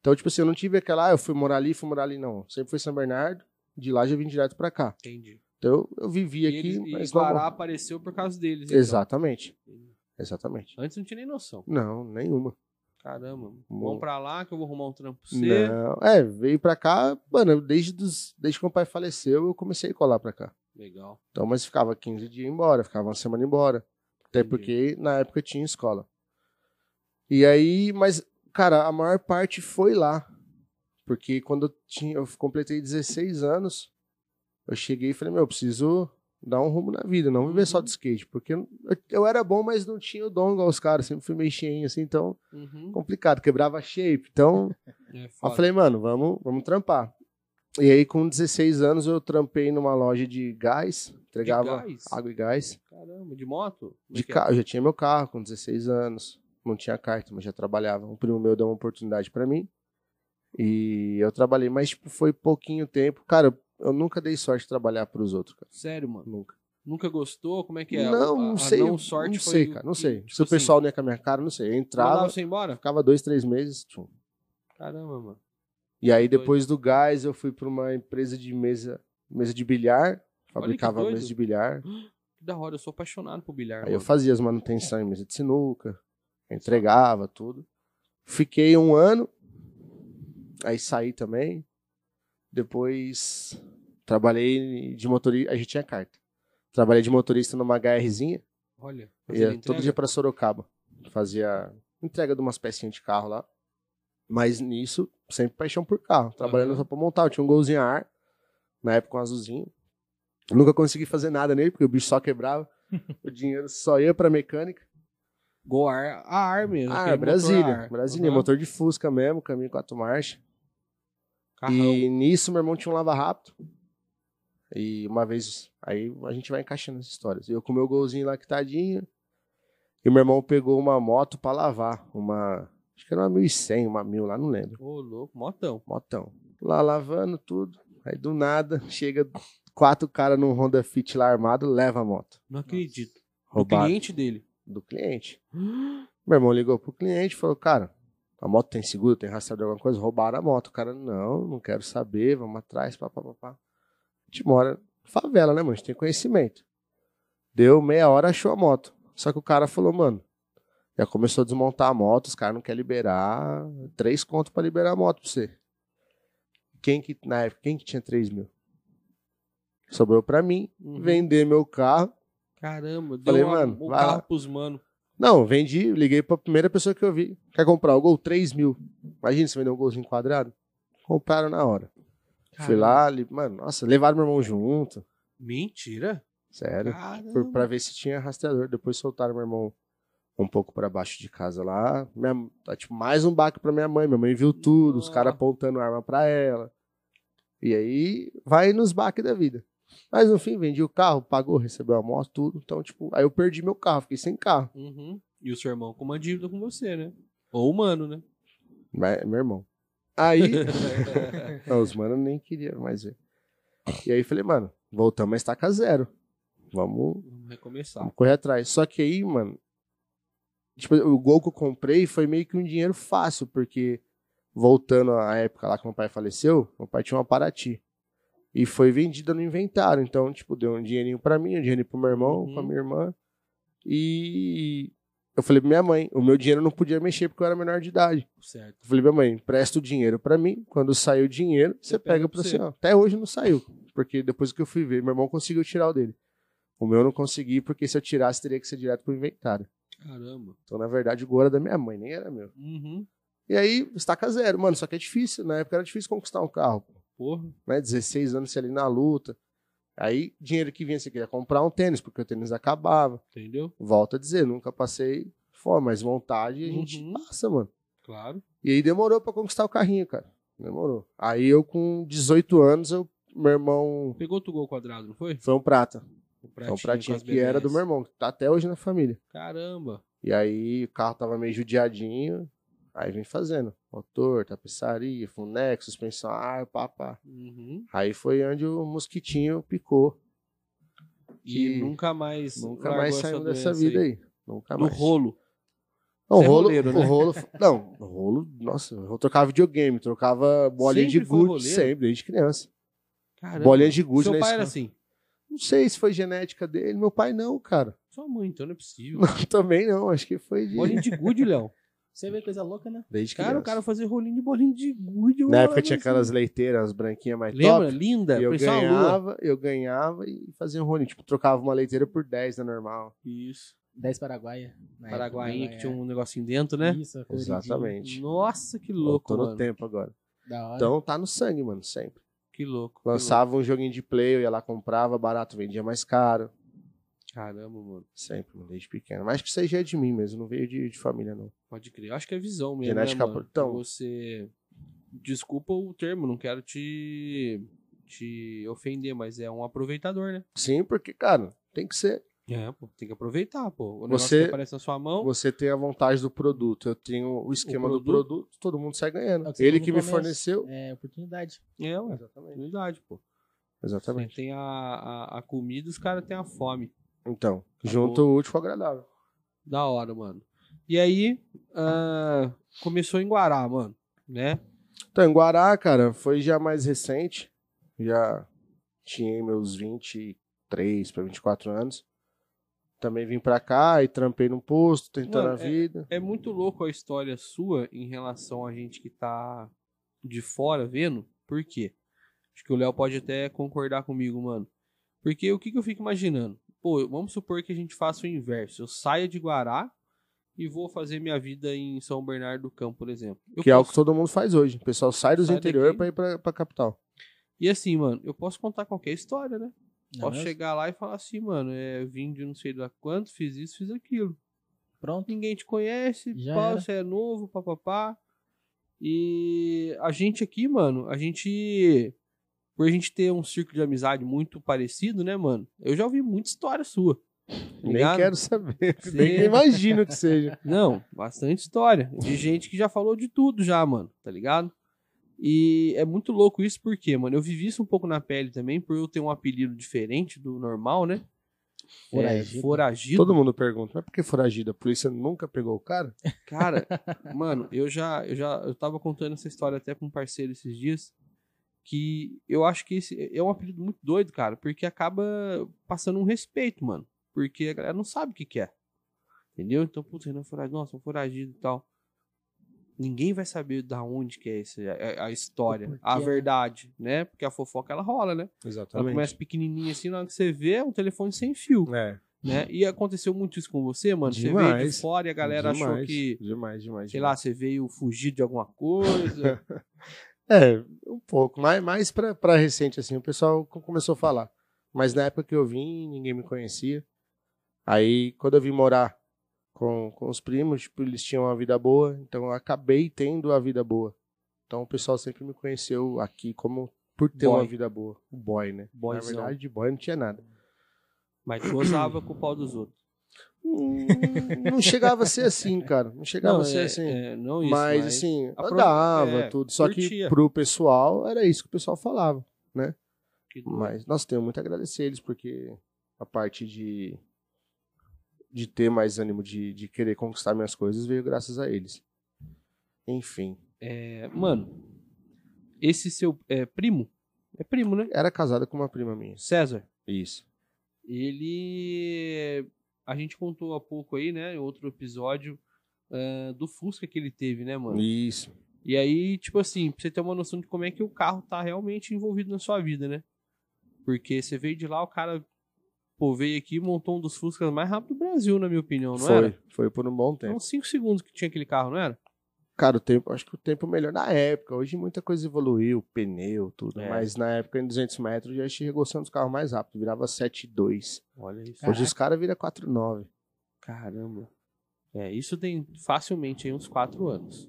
Speaker 2: Então, tipo assim, eu não tive aquela, ah, eu fui morar ali, fui morar ali, não. Sempre foi São Bernardo, de lá já vim direto pra cá.
Speaker 1: Entendi.
Speaker 2: Então eu, eu vivi
Speaker 1: E,
Speaker 2: aqui,
Speaker 1: eles, e
Speaker 2: mas não-
Speaker 1: Guará apareceu por causa deles. então.
Speaker 2: Exatamente. Exatamente.
Speaker 1: Antes não tinha nem noção.
Speaker 2: Não, nenhuma.
Speaker 1: Caramba,
Speaker 2: Bom.
Speaker 1: vamos pra lá que eu vou arrumar um trampo pra você.
Speaker 2: Não. É, veio pra cá, mano, desde, dos, desde que meu pai faleceu, eu comecei a colar pra cá.
Speaker 1: Legal.
Speaker 2: Então, mas ficava 15 dias embora, ficava uma semana embora. Até
Speaker 1: Entendi.
Speaker 2: porque na época tinha escola. E aí, mas, cara, a maior parte foi lá. Porque quando eu, tinha, eu completei 16 anos, eu cheguei e falei, meu, eu preciso dar um rumo na vida, não viver
Speaker 1: Uhum.
Speaker 2: só de skate. Porque eu, eu era bom, mas não tinha o dom igual os caras, sempre fui meio cheinho assim, então
Speaker 1: Uhum.
Speaker 2: complicado, quebrava shape. Então,
Speaker 1: É
Speaker 2: Aí
Speaker 1: foda.
Speaker 2: eu falei, mano, vamos, vamos trampar. E aí, com 16 anos, eu trampei numa loja de gás, entregava
Speaker 1: De gás?
Speaker 2: água e gás.
Speaker 1: Caramba, de moto? Como é
Speaker 2: De
Speaker 1: que é?
Speaker 2: carro, eu já tinha meu carro com 16 anos, não tinha carta, mas já trabalhava. Um primo meu deu uma oportunidade pra mim e eu trabalhei, mas tipo, foi pouquinho tempo. Cara, eu, eu nunca dei sorte de trabalhar pros outros, cara.
Speaker 1: Sério, mano.
Speaker 2: Nunca.
Speaker 1: Nunca gostou? Como é que é?
Speaker 2: Não,
Speaker 1: A- a-
Speaker 2: não
Speaker 1: a
Speaker 2: sei.
Speaker 1: Não, sorte
Speaker 2: não
Speaker 1: foi
Speaker 2: sei,
Speaker 1: o
Speaker 2: cara, não
Speaker 1: que-
Speaker 2: sei.
Speaker 1: tipo
Speaker 2: Se o
Speaker 1: assim,
Speaker 2: pessoal não ia com a minha cara, não sei. Eu entrava,
Speaker 1: Mandava você embora?
Speaker 2: ficava dois, três meses, tchum.
Speaker 1: Caramba, mano.
Speaker 2: E aí,
Speaker 1: Que doido.
Speaker 2: depois do gás, eu fui para uma empresa de mesa, mesa de bilhar. Fabricava
Speaker 1: doido.
Speaker 2: mesa de bilhar.
Speaker 1: Que da hora, eu sou apaixonado por bilhar.
Speaker 2: Aí eu
Speaker 1: mano.
Speaker 2: fazia as manutenções em mesa de sinuca, entregava tudo. Fiquei um ano, aí saí também. Depois trabalhei de motorista. A gente tinha carta. Trabalhei de motorista numa HRzinha.
Speaker 1: Olha, fazendo
Speaker 2: Ia É, todo
Speaker 1: entrega?
Speaker 2: dia para Sorocaba. Fazia entrega de umas pecinhas de carro lá. Mas nisso, sempre paixão por carro. Trabalhando
Speaker 1: Aham.
Speaker 2: só pra montar. Eu tinha um golzinho a ar. Na época, um azulzinho. Nunca consegui fazer nada nele, porque o bicho
Speaker 1: <laughs>
Speaker 2: só quebrava. o dinheiro só ia pra mecânica.
Speaker 1: Gol a ar, a ar mesmo.
Speaker 2: Ah,
Speaker 1: aquele motor
Speaker 2: Brasília.
Speaker 1: a ar.
Speaker 2: Brasília,
Speaker 1: Aham.
Speaker 2: motor de Fusca mesmo, caminho quatro marchas.
Speaker 1: Carrão.
Speaker 2: E nisso, meu irmão tinha um lava-rápido. E uma vez, aí a gente vai encaixando as histórias. Eu com o meu golzinho lá que tadinho. E meu irmão pegou uma moto pra lavar. Uma, acho que era uma 1100, uma 1000 lá, não lembro.
Speaker 1: Ô, louco, motão.
Speaker 2: Motão. Lá lavando tudo. Aí do nada, chega quatro caras num Honda Fit lá armado, leva a moto.
Speaker 1: Não acredito. O
Speaker 2: Roubado
Speaker 1: cliente
Speaker 2: <gasps>
Speaker 1: dele. Uhum.
Speaker 2: do cliente. Meu irmão ligou pro cliente e falou, cara, a moto tem seguro, tem rastreador, alguma coisa? Roubaram a moto. O cara, não, não quero saber, vamos atrás, pá, pá, pá, pá. A gente mora na favela, né, mano? A gente tem conhecimento. Deu meia hora, achou a moto. Só que o cara falou, mano, já começou a desmontar a moto, os caras não querem liberar. Três contos pra liberar a moto pra você. Quem que, na época, quem que tinha três mil? Sobrou pra mim,
Speaker 1: Uhum.
Speaker 2: vender meu carro,
Speaker 1: Caramba, deu
Speaker 2: Falei,
Speaker 1: uma-
Speaker 2: mano,
Speaker 1: o
Speaker 2: vai
Speaker 1: carro
Speaker 2: lá.
Speaker 1: pros mano.
Speaker 2: Não, vendi, liguei pra primeira pessoa que eu vi. Quer comprar o Gol? 3 mil. Imagina se vender um golzinho quadrado. Compraram na hora. Fui
Speaker 1: Caramba.
Speaker 2: lá, li... mano, nossa, levaram meu irmão junto.
Speaker 1: Mentira?
Speaker 2: Sério. Por,
Speaker 1: Caramba.
Speaker 2: pra ver se tinha rastreador. Depois soltaram meu irmão um pouco pra baixo de casa lá. Minha, tá, tipo, mais um baque pra minha mãe. Minha mãe viu tudo, os caras apontando arma pra ela. E aí, vai nos baques da vida. Mas no fim, vendi o carro, pagou, recebeu a moto, tudo. Então, tipo, aí eu perdi meu carro, fiquei sem carro.
Speaker 1: Uhum. E o seu irmão com uma dívida com você, né? Ou humano, né?
Speaker 2: Mas é meu irmão.
Speaker 1: <laughs>
Speaker 2: Aí. Não, Ah, os mano nem queria mais ver. E aí falei, mano, voltamos a estaca zero. Vamos,
Speaker 1: Vamos recomeçar.
Speaker 2: vamos correr atrás. Só que aí, mano. Tipo, o gol que eu comprei foi meio que um dinheiro fácil, porque voltando à época lá que meu pai faleceu, meu pai tinha uma Paraty. E foi vendida no inventário. Então, tipo, deu um dinheirinho pra mim, um dinheirinho pro meu irmão,
Speaker 1: Uhum.
Speaker 2: pra minha irmã. E eu falei pra minha mãe, o meu dinheiro eu não podia mexer porque eu era menor de idade.
Speaker 1: Certo.
Speaker 2: Eu falei, minha mãe, empresta o dinheiro pra mim. Quando sair o dinheiro, você pega pra você. Ó, Até hoje não saiu. Porque depois que eu fui ver, meu irmão conseguiu tirar o dele. O meu eu não consegui, porque se eu tirasse, teria que ser direto pro inventário.
Speaker 1: Caramba.
Speaker 2: Então, na verdade, o gol era da minha mãe, nem era meu.
Speaker 1: Uhum.
Speaker 2: E aí, estaca zero. Mano, só que é difícil. Na época era difícil conquistar um carro. pô.
Speaker 1: Porra.
Speaker 2: Né? 16 anos, você ali na luta. Aí, dinheiro que vinha, você queria comprar um tênis, porque o tênis acabava.
Speaker 1: Entendeu?
Speaker 2: Volto a dizer, nunca passei fome, mas vontade a gente
Speaker 1: Uhum.
Speaker 2: passa, mano.
Speaker 1: Claro.
Speaker 2: E aí demorou pra conquistar o carrinho, cara. Demorou. Aí eu com 18 anos, eu, meu irmão
Speaker 1: Pegou outro gol quadrado, não foi?
Speaker 2: foi um prata.
Speaker 1: O
Speaker 2: Foi um
Speaker 1: com
Speaker 2: pratinho
Speaker 1: as
Speaker 2: que era do
Speaker 1: BBS.
Speaker 2: meu irmão, que tá até hoje na família.
Speaker 1: Caramba.
Speaker 2: E aí o carro tava meio judiadinho, aí vem fazendo. Motor, tapeçaria, funex, suspensão, ar, pá, pá.
Speaker 1: Uhum.
Speaker 2: Aí foi onde o mosquitinho picou.
Speaker 1: E,
Speaker 2: Que
Speaker 1: nunca mais.
Speaker 2: Nunca
Speaker 1: largou
Speaker 2: mais
Speaker 1: essa
Speaker 2: saiu dessa
Speaker 1: doença
Speaker 2: vida aí. Nunca
Speaker 1: Do
Speaker 2: mais.
Speaker 1: rolo.
Speaker 2: Não, o
Speaker 1: Você é
Speaker 2: rolo,
Speaker 1: roleiro, né?
Speaker 2: o rolo. Não, o rolo, nossa, eu trocava videogame, trocava bolinha
Speaker 1: Sempre
Speaker 2: de
Speaker 1: foi
Speaker 2: gude,
Speaker 1: roleiro?
Speaker 2: sempre, desde criança.
Speaker 1: Caramba.
Speaker 2: Bolinha de gude
Speaker 1: Seu
Speaker 2: né, na
Speaker 1: pai era
Speaker 2: escola.
Speaker 1: assim.
Speaker 2: Não sei se foi genética dele. Meu pai não, cara. <laughs>
Speaker 1: Sua mãe, então não é possível.
Speaker 2: Também não. Acho que foi de.
Speaker 1: Bolinha de gude, Léo.
Speaker 3: Você vê coisa louca, né?
Speaker 2: Desde
Speaker 1: Cara,
Speaker 2: criança.
Speaker 1: o cara fazia rolinho de bolinho de gude.
Speaker 2: Na
Speaker 1: mano,
Speaker 2: época tinha
Speaker 1: assim.
Speaker 2: aquelas leiteiras, as branquinhas mais
Speaker 1: Lembra?
Speaker 2: top.
Speaker 1: Linda.
Speaker 2: E eu
Speaker 1: parecia uma lua.
Speaker 2: ganhava, eu ganhava e fazia um rolinho. Tipo, trocava uma leiteira por 10 na normal.
Speaker 1: Isso.
Speaker 3: 10 Paraguaia. na época,
Speaker 1: Paraguainha, que
Speaker 3: né?
Speaker 1: tinha um negocinho dentro, né?
Speaker 3: Isso, coloridinho.
Speaker 2: Exatamente.
Speaker 1: Nossa, que louco,
Speaker 2: Tô no
Speaker 1: mano.
Speaker 2: tempo agora.
Speaker 3: Da hora.
Speaker 2: Então tá no sangue, mano, sempre.
Speaker 1: Que louco. que
Speaker 2: Lançava um joguinho de play, eu ia lá, comprava barato, vendia mais caro.
Speaker 1: louco. Caramba, mano.
Speaker 2: Sempre, mano, desde pequeno. Mas acho que seja de mim mesmo, não veio de, de família, não.
Speaker 1: Pode crer. Eu acho que é visão mesmo.
Speaker 2: Genética então.
Speaker 1: né, mano?
Speaker 2: portão.
Speaker 1: Você. Desculpa o termo, não quero te. te ofender, mas é um aproveitador, né?
Speaker 2: Sim, porque, cara, tem que ser.
Speaker 1: É, pô. Tem que aproveitar, pô. O negócio
Speaker 2: Você-
Speaker 1: que aparece na sua mão.
Speaker 2: Você tem a vontade do produto. Eu tenho o esquema do
Speaker 1: produto.
Speaker 2: produto, todo mundo sai ganhando.
Speaker 3: É o que você
Speaker 2: Ele
Speaker 3: falou
Speaker 2: que
Speaker 3: no
Speaker 2: me
Speaker 3: começo.
Speaker 2: forneceu.
Speaker 3: É, oportunidade.
Speaker 1: É, ué.
Speaker 2: Exatamente.
Speaker 1: Verdade, pô. Você
Speaker 2: Exatamente.
Speaker 1: tem a, a, a comida, os caras têm a fome.
Speaker 2: Então,
Speaker 1: Tá
Speaker 2: junto o útil com o agradável.
Speaker 1: Da hora, mano. E aí, ah, começou em Guará, mano. Né?
Speaker 2: Então, em Guará, cara, foi já mais recente. Já tinha meus 23 para 24 anos. Também vim pra cá e trampei num posto, tentando
Speaker 1: Mano,
Speaker 2: a
Speaker 1: é-
Speaker 2: vida.
Speaker 1: É muito louco a história sua em relação a gente que tá de fora vendo. Por quê? Acho que o Léo pode até concordar comigo, mano. Porque o que, que eu fico imaginando? Pô, vamos supor que a gente faça o inverso. Eu saia de Guará e vou fazer minha vida em São Bernardo do Campo, por exemplo. Eu
Speaker 2: que é
Speaker 1: posso-
Speaker 2: algo que todo mundo faz hoje. O pessoal sai do
Speaker 1: Sai
Speaker 2: interior
Speaker 1: daqui.
Speaker 2: pra ir pra, pra capital.
Speaker 1: E assim, mano, eu posso contar qualquer história, né?
Speaker 3: Não é
Speaker 1: Posso
Speaker 3: mesmo?
Speaker 1: chegar lá e falar assim, mano, é, vim de não sei lá quanto, fiz isso, fiz aquilo.
Speaker 3: Pronto.
Speaker 1: Ninguém te conhece,
Speaker 3: Já
Speaker 1: pá,
Speaker 3: era.
Speaker 1: você é novo, papapá. E a gente aqui, mano, a gente. Por a gente ter um círculo de amizade muito parecido, né, mano? Eu já ouvi muita história sua. tá
Speaker 2: Nem
Speaker 1: ligado?
Speaker 3: <laughs>
Speaker 2: quero saber.
Speaker 1: Cê-
Speaker 2: Nem imagino que seja.
Speaker 1: <laughs> Não, bastante história. De gente que já falou de tudo já, mano, tá ligado? E é muito louco isso porque, mano, eu vivi isso um pouco na pele também, por eu ter um apelido diferente do normal, né? É,
Speaker 3: Foragido.
Speaker 1: foragido.
Speaker 2: Todo mundo pergunta, mas por que foragida? A polícia nunca pegou o cara?
Speaker 3: <laughs>
Speaker 1: Cara, mano, eu já, eu já eu tava contando essa história até pra um parceiro esses dias. Que eu acho que esse é um apelido muito doido, cara, porque acaba passando um respeito, mano. Porque a galera não sabe o que, que é. Entendeu? Então, putz, Renan Foragido, nossa, um foragido e tal. Ninguém vai saber da onde que é esse, a, a história,
Speaker 3: O porquê,
Speaker 1: a
Speaker 3: né?
Speaker 1: verdade, né? Porque a fofoca ela rola, né? Ela começa pequenininha assim, na hora que você vê, é um telefone sem fio
Speaker 2: É,
Speaker 1: né? E aconteceu muito isso com você, mano? Você veio de
Speaker 2: Demais.
Speaker 1: fora e a galera achou
Speaker 2: demais,
Speaker 1: que,
Speaker 2: Demais, demais.
Speaker 1: sei lá, você veio fugir de alguma
Speaker 2: <laughs>
Speaker 1: coisa.
Speaker 2: É, um pouco. Mas mais pra, pra recente, assim, o pessoal co- começou a falar. Mas na época que eu vim, ninguém me conhecia. Aí, quando eu vim morar com, com os primos, tipo, eles tinham uma vida boa, então eu acabei tendo a vida boa. Então o pessoal sempre me conheceu aqui como por ter
Speaker 1: Boy.
Speaker 2: uma vida boa. O boy, né?
Speaker 1: Boyzão.
Speaker 2: Na verdade, de boy não tinha nada.
Speaker 1: Mas tu usava com o pau dos outros.
Speaker 2: Hum, não chegava a ser assim, cara. Não chegava a ser
Speaker 1: é,
Speaker 2: assim.
Speaker 1: é, não isso,
Speaker 2: mas, assim,
Speaker 1: apro-
Speaker 2: andava,
Speaker 1: é,
Speaker 2: tudo. Só
Speaker 1: curtia.
Speaker 2: que pro pessoal, era isso que o pessoal falava.
Speaker 1: que-
Speaker 2: Mas nós temos muito a agradecer eles, porque a parte de, de ter mais ânimo de, de querer conquistar minhas coisas veio graças a eles. Enfim,
Speaker 1: é, mano, esse seu é, primo, é primo, né?
Speaker 2: era casada com uma prima minha.
Speaker 1: César,
Speaker 2: Isso.
Speaker 1: ele... A gente contou há pouco aí, né, em outro episódio, ah, do Fusca que ele teve, né, mano?
Speaker 2: Isso.
Speaker 1: E aí, tipo assim, pra você ter uma noção de como é que o carro tá realmente envolvido na sua vida, né? Porque você veio de lá, o cara, pô, veio aqui e montou um dos Fuscas mais rápido do Brasil, na minha opinião, não
Speaker 2: foi,
Speaker 1: era?
Speaker 2: foi por um bom tempo.
Speaker 1: Eram 5 segundos que tinha aquele carro, não era?
Speaker 2: Cara, o tempo, acho que o tempo melhor na época. Hoje muita coisa evoluiu, pneu, tudo.
Speaker 1: É.
Speaker 2: Mas na época, em 200 metros, já chegou sendo os carros mais rápido. Virava 7,2.
Speaker 1: Olha isso.
Speaker 2: Hoje os caras viram 4,9.
Speaker 1: Caramba. É, isso tem facilmente aí uns 4 anos.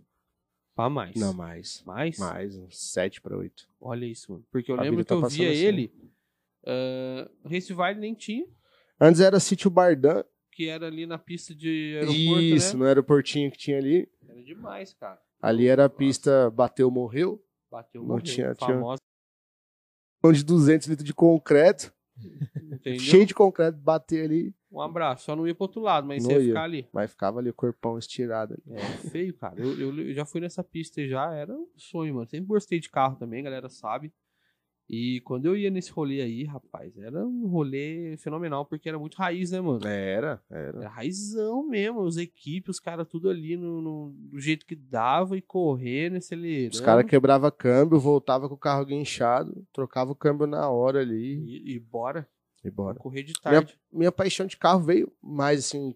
Speaker 1: Pra mais.
Speaker 2: Não, mais.
Speaker 1: mais?
Speaker 2: Mais, uns 7 para 8.
Speaker 1: Olha isso, mano. Porque eu
Speaker 2: A
Speaker 1: lembro
Speaker 2: vida
Speaker 1: que
Speaker 2: tá
Speaker 1: eu
Speaker 2: passando
Speaker 1: via
Speaker 2: assim.
Speaker 1: ele. ah, Race Vale nem tinha,
Speaker 2: Antes era sítio Bardan.
Speaker 1: que era ali na pista de aeroporto,
Speaker 2: Isso, no aeroportinho que tinha ali.
Speaker 1: né? Era demais, cara.
Speaker 2: Ali era a
Speaker 1: Nossa.
Speaker 2: pista bateu, morreu.
Speaker 1: Bateu
Speaker 2: Não
Speaker 1: uma
Speaker 2: tinha- tinha-
Speaker 1: famosa,
Speaker 2: Pão de 200 litros de concreto,
Speaker 1: entendeu?
Speaker 2: cheio de concreto, bater ali.
Speaker 1: Um abraço, só não ia pro outro lado, mas
Speaker 2: Não
Speaker 1: você ia
Speaker 2: ia.
Speaker 1: ficar ali.
Speaker 2: Mas ficava ali o corpão estirado. ali.
Speaker 1: É feio, cara. Eu, eu- eu já fui nessa pista e já era um sonho, mano. Sempre gostei de carro também, a galera sabe. E quando eu ia nesse rolê aí, rapaz, era um rolê fenomenal, porque era muito raiz, né, mano?
Speaker 2: Era, era.
Speaker 1: Era raizão mesmo, os equipes, os caras tudo ali no, no- do jeito que dava e correndo, acelerando.
Speaker 2: Os caras quebravam câmbio, voltava com o carro guinchado, trocava o câmbio na hora ali
Speaker 1: E, e bora,
Speaker 2: e bora.
Speaker 1: correr de
Speaker 2: Minha,
Speaker 1: tarde.
Speaker 2: minha paixão de carro veio mais assim.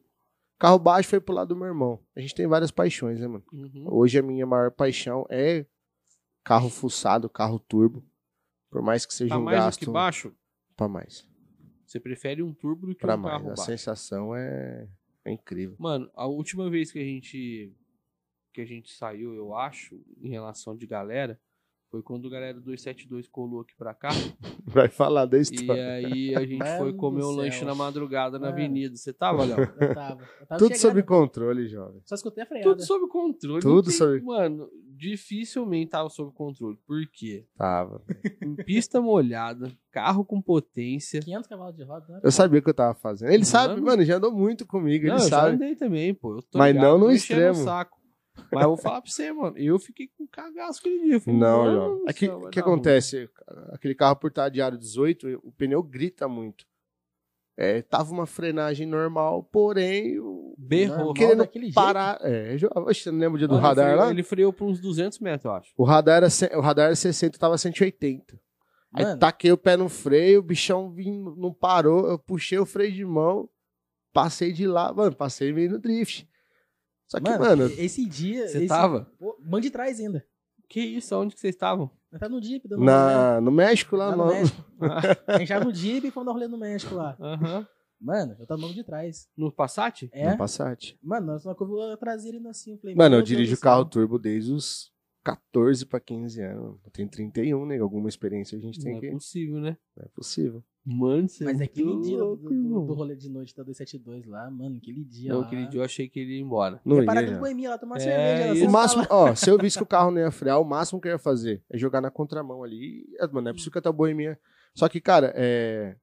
Speaker 2: Carro baixo foi pro lado do meu irmão. A gente tem várias paixões, né, mano?
Speaker 1: Uhum.
Speaker 2: Hoje a minha maior paixão é carro fuçado, carro turbo. Por mais que seja
Speaker 1: Tá
Speaker 2: um
Speaker 1: mais do
Speaker 2: gasto.
Speaker 1: que baixo?
Speaker 2: Pra mais.
Speaker 1: Você prefere um turbo do que
Speaker 2: Pra
Speaker 1: um
Speaker 2: mais. né?
Speaker 1: carro
Speaker 2: A
Speaker 1: baixo.
Speaker 2: sensação é, é incrível. <laughs>
Speaker 1: Mano, a última vez que a gente que a gente saiu, eu acho, em relação de galera, foi quando o galera 272 colou aqui pra cá.
Speaker 2: Vai falar da <laughs>
Speaker 1: e
Speaker 2: história.
Speaker 1: aí a gente foi
Speaker 3: Mano
Speaker 1: comer
Speaker 3: do
Speaker 1: um
Speaker 3: céu.
Speaker 1: lanche na madrugada na
Speaker 3: Mano.
Speaker 1: avenida. Você tava,
Speaker 2: <laughs>
Speaker 1: Léo?
Speaker 3: Eu tava. Eu
Speaker 1: é
Speaker 3: tava
Speaker 2: Tudo
Speaker 3: chegando,
Speaker 2: sob controle, jovem.
Speaker 3: Só escutei a freada.
Speaker 1: Tudo sob controle.
Speaker 2: Tudo
Speaker 1: não tem-
Speaker 2: sob-
Speaker 1: Mano, dificilmente tava sob controle. Por quê?
Speaker 2: Tava.
Speaker 1: Em pista molhada, carro com potência.
Speaker 3: 500 cavalos de roda, né?
Speaker 2: Eu sabia o que eu tava fazendo. Ele sabe,
Speaker 1: Mano.
Speaker 2: mano, já andou muito comigo,
Speaker 1: não,
Speaker 2: ele
Speaker 1: eu já
Speaker 2: sabe.
Speaker 1: andei também, pô. Eu tô
Speaker 2: Mas
Speaker 1: ligado,
Speaker 2: não no
Speaker 1: tô enchendo o
Speaker 2: extremo.
Speaker 1: Saco. Mas eu vou falar pra você, mano. Eu fiquei com cagaço aquele dia. eu falei,
Speaker 2: Não,
Speaker 1: mano
Speaker 2: jovem.
Speaker 1: do
Speaker 2: O que,
Speaker 1: céu, vai
Speaker 2: que
Speaker 1: dar ruim.
Speaker 2: acontece? Aquele carro por estar diário 18, o pneu grita muito. É, tava uma frenagem normal, porém, o
Speaker 1: Berrou.
Speaker 3: Normal,
Speaker 2: querendo
Speaker 3: daquele jeito.
Speaker 2: parar. É, jo- Oxe, você não lembra o dia do
Speaker 1: Mano, ele
Speaker 2: radar
Speaker 1: freou-
Speaker 2: lá?
Speaker 1: Ele freou por uns 200 metros, eu acho.
Speaker 2: O radar era, ce- o radar era 60, tava 180. Aí
Speaker 3: Mano,
Speaker 2: taquei o pé no freio, o bichão vim- não parou, eu puxei o freio de mão, passei de lá, mano, passei meio no drift. Só que,
Speaker 3: mano,
Speaker 2: mano,
Speaker 3: esse
Speaker 2: É,
Speaker 3: dia...
Speaker 1: Você
Speaker 3: esse-
Speaker 1: tava?
Speaker 3: Pô, mano de trás ainda.
Speaker 1: Que isso? Onde que vocês estavam?
Speaker 3: Nós tava no Jeep. dando rolê. né?
Speaker 2: na, no México lá,
Speaker 3: Lá
Speaker 2: não.
Speaker 3: no México.
Speaker 2: <laughs>
Speaker 3: A gente tava no Jeep e fomos dar rolê no México lá.
Speaker 1: Aham.
Speaker 3: Mano, eu tava no de trás.
Speaker 1: No Passat?
Speaker 3: É?
Speaker 2: No Passat.
Speaker 3: Mano, nós na curva traseira indo assim. Eu falei,
Speaker 2: Mano, eu
Speaker 3: meu Deus
Speaker 2: dirijo
Speaker 3: do
Speaker 2: carro
Speaker 3: céu.
Speaker 2: turbo desde os 14 pra 15 anos. Eu tenho 31, né? Alguma experiência a gente
Speaker 1: Não
Speaker 2: tem
Speaker 1: é
Speaker 2: que.
Speaker 1: possível, né?
Speaker 2: Não é possível.
Speaker 1: Mano, você
Speaker 3: Mas
Speaker 1: é
Speaker 3: aquele
Speaker 1: muito
Speaker 3: dia do,
Speaker 1: louco,
Speaker 3: do-
Speaker 1: irmão.
Speaker 3: do rolê de noite da 272 lá, mano, aquele dia
Speaker 1: Não,
Speaker 3: lá.
Speaker 1: aquele dia eu achei que ele ia embora.
Speaker 2: Não
Speaker 3: Ia parar
Speaker 2: ia,
Speaker 3: com
Speaker 2: já.
Speaker 3: o boemia lá, tomar uma
Speaker 1: É,
Speaker 3: cerveja.
Speaker 1: isso.
Speaker 2: O
Speaker 3: assim,
Speaker 2: máximo,
Speaker 3: lá.
Speaker 2: ó, se eu visse que o carro não ia frear, o máximo que eu ia fazer é jogar na contramão ali. e, Mano, não é possível que eu tá boemia. Só que, cara, é.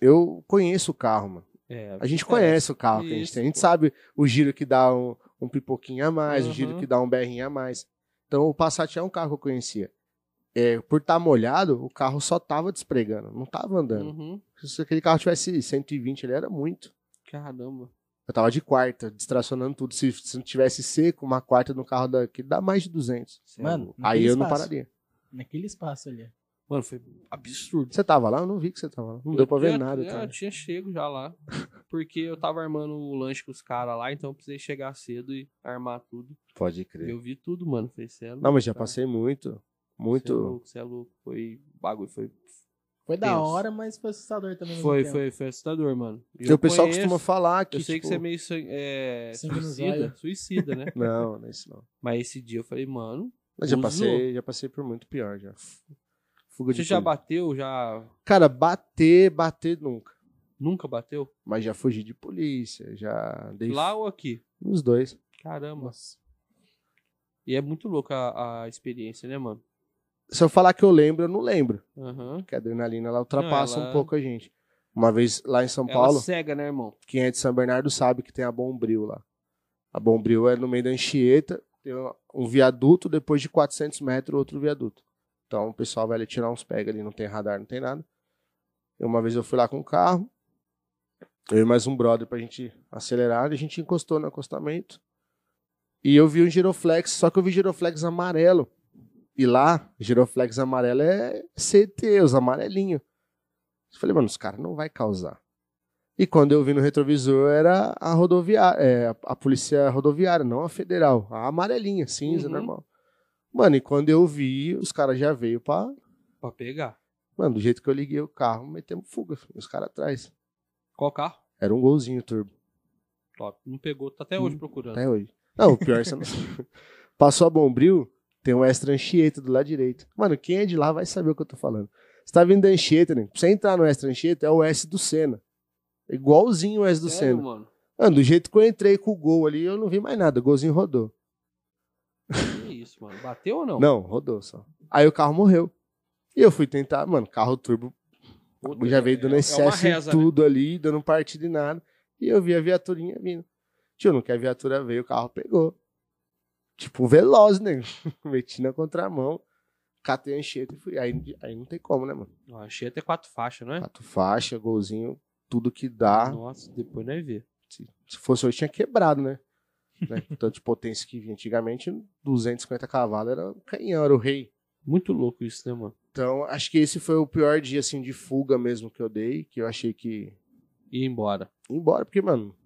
Speaker 2: Eu conheço o carro, mano.
Speaker 1: É,
Speaker 2: A gente conhece o carro que a gente
Speaker 1: Isso,
Speaker 2: tem. A gente
Speaker 1: pô.
Speaker 2: sabe o giro que dá um, um pipoquinho a mais, o giro
Speaker 1: Aham.
Speaker 2: que dá um berrinho a mais. Então o Passat é um carro que eu conhecia. É, por estar molhado, o carro só tava despregando, não tava andando.
Speaker 1: Uhum.
Speaker 2: Se aquele carro tivesse 120, ele era muito.
Speaker 1: Caramba.
Speaker 2: Eu tava de quarta, distracionando tudo. Se, se não tivesse seco, uma quarta no carro daquele dá mais de 200.
Speaker 1: Cê é
Speaker 3: Mano,
Speaker 1: louco.
Speaker 2: Aí
Speaker 3: Naquele
Speaker 2: eu não
Speaker 3: espaço.
Speaker 2: pararia.
Speaker 3: Naquele espaço ali.
Speaker 1: Mano, foi absurdo.
Speaker 2: Você tava lá? Eu não vi que você tava lá. Não deu pra
Speaker 1: Eu
Speaker 2: ver
Speaker 1: tinha-
Speaker 2: nada.
Speaker 1: Eu
Speaker 2: Tá?
Speaker 1: tinha chego já lá. Porque eu tava armando o lanche com os caras lá, então eu precisei chegar cedo e armar tudo.
Speaker 2: Pode
Speaker 1: E
Speaker 2: crer.
Speaker 1: Eu vi tudo, mano. Falei, cê é louco,
Speaker 2: Não, mas já
Speaker 1: cara.
Speaker 2: passei muito.
Speaker 1: Cê é
Speaker 2: Muito.
Speaker 1: louco, cê é louco. Foi. O bagulho foi.
Speaker 3: Foi da
Speaker 1: Tenso.
Speaker 3: hora, mas foi assustador também. então. ao mesmo
Speaker 1: Foi,
Speaker 3: tempo.
Speaker 1: foi, foi assustador, mano. E
Speaker 2: Porque o pessoal
Speaker 1: conheço,
Speaker 2: costuma falar que.
Speaker 1: Eu sei que
Speaker 2: tipo,
Speaker 1: você é meio san- é,
Speaker 3: Sangue nos
Speaker 1: suicida,
Speaker 3: olhos.
Speaker 1: suicida, né?
Speaker 2: <laughs> Não, não é isso não.
Speaker 1: Mas esse dia eu falei, mano,
Speaker 2: Mas já
Speaker 1: Usou.
Speaker 2: passei, já passei por muito pior já. Fuga
Speaker 1: você
Speaker 2: de
Speaker 1: já
Speaker 2: polícia.
Speaker 1: bateu, já
Speaker 2: Cara, bater, bater nunca.
Speaker 1: nunca bateu?
Speaker 2: Mas já fugi de polícia, já dei
Speaker 1: Lá ou aqui?
Speaker 2: os dois.
Speaker 1: Caramba.
Speaker 3: Nossa.
Speaker 1: E é muito louca a, a experiência, né, mano?
Speaker 2: Se eu falar que eu lembro, eu não lembro,
Speaker 1: Aham.
Speaker 2: porque a adrenalina ela ultrapassa
Speaker 1: Não, ela-
Speaker 2: um pouco a gente. Uma vez lá em São
Speaker 1: Ela
Speaker 2: Paulo,
Speaker 1: cega, né, irmão?
Speaker 2: quem é de São Bernardo sabe que tem a Bombril lá. A Bombril é no meio da Anchieta, tem um viaduto, depois de 400 metros, outro viaduto. Então o pessoal vai ali tirar uns pega ali, não tem radar, não tem nada. E uma vez eu fui lá com o carro, eu e mais um brother pra gente acelerar, e a gente encostou no acostamento. E eu vi um giroflex, só que eu vi giroflex amarelo. E lá, giroflex amarelo é CT, os amarelinhos. Eu falei, mano, os caras não vai causar. E quando eu vi no retrovisor era a rodoviária, é, a polícia rodoviária, não a federal, a amarelinha, cinza,
Speaker 1: Uhum.
Speaker 2: normal. Mano, e quando eu vi, os caras já veio pra.
Speaker 1: Pra pegar.
Speaker 2: Mano, do jeito que eu liguei o carro, metemos fuga, filho, os caras atrás.
Speaker 1: Qual carro?
Speaker 2: Era um golzinho turbo,
Speaker 1: Top. Não pegou, tá até hoje
Speaker 2: Hum,
Speaker 1: procurando.
Speaker 2: até hoje. Não, o pior é você não.
Speaker 1: <laughs>
Speaker 2: Passou a Bombril, tem um extra Anchieta do lado direito. Mano, quem é de lá vai saber o que eu tô falando. Você tá vindo da Anchieta, né? Pra você entrar no extra Anchieta é o S do Senna. Igualzinho o S do
Speaker 1: Sério,
Speaker 2: Senna.
Speaker 1: É, mano.
Speaker 2: Mano, do jeito que eu entrei com o gol ali, eu não vi mais nada. O golzinho rodou.
Speaker 1: Que isso, mano? Bateu ou não?
Speaker 2: Não, rodou só. Aí o carro morreu. E eu fui tentar, mano, carro turbo.
Speaker 1: Puta,
Speaker 2: já veio dando
Speaker 1: é- é
Speaker 2: excesso
Speaker 1: uma reza,
Speaker 2: em tudo ali, dando partida em nada. E eu vi a viaturinha vindo. Tio, não que a viatura <laughs> veio, o carro pegou. Tipo, veloz, né? Meti na contramão. catei a enxeta e fui. Aí, aí não tem como, né, mano?
Speaker 1: Ó, achei até quatro faixas, não é?
Speaker 2: Quatro faixas, golzinho, tudo que dá.
Speaker 1: Nossa, depois nós vê.
Speaker 2: Se, se fosse hoje, tinha quebrado, né? né? Com Tanto de potência que vinha. Antigamente, 250 cavalos era um canhão, era o rei.
Speaker 1: Muito louco isso, né, mano?
Speaker 2: Então, acho que esse foi o pior dia, assim, de fuga mesmo que eu dei, que eu achei que
Speaker 1: E ir embora.
Speaker 2: ia embora, porque, mano,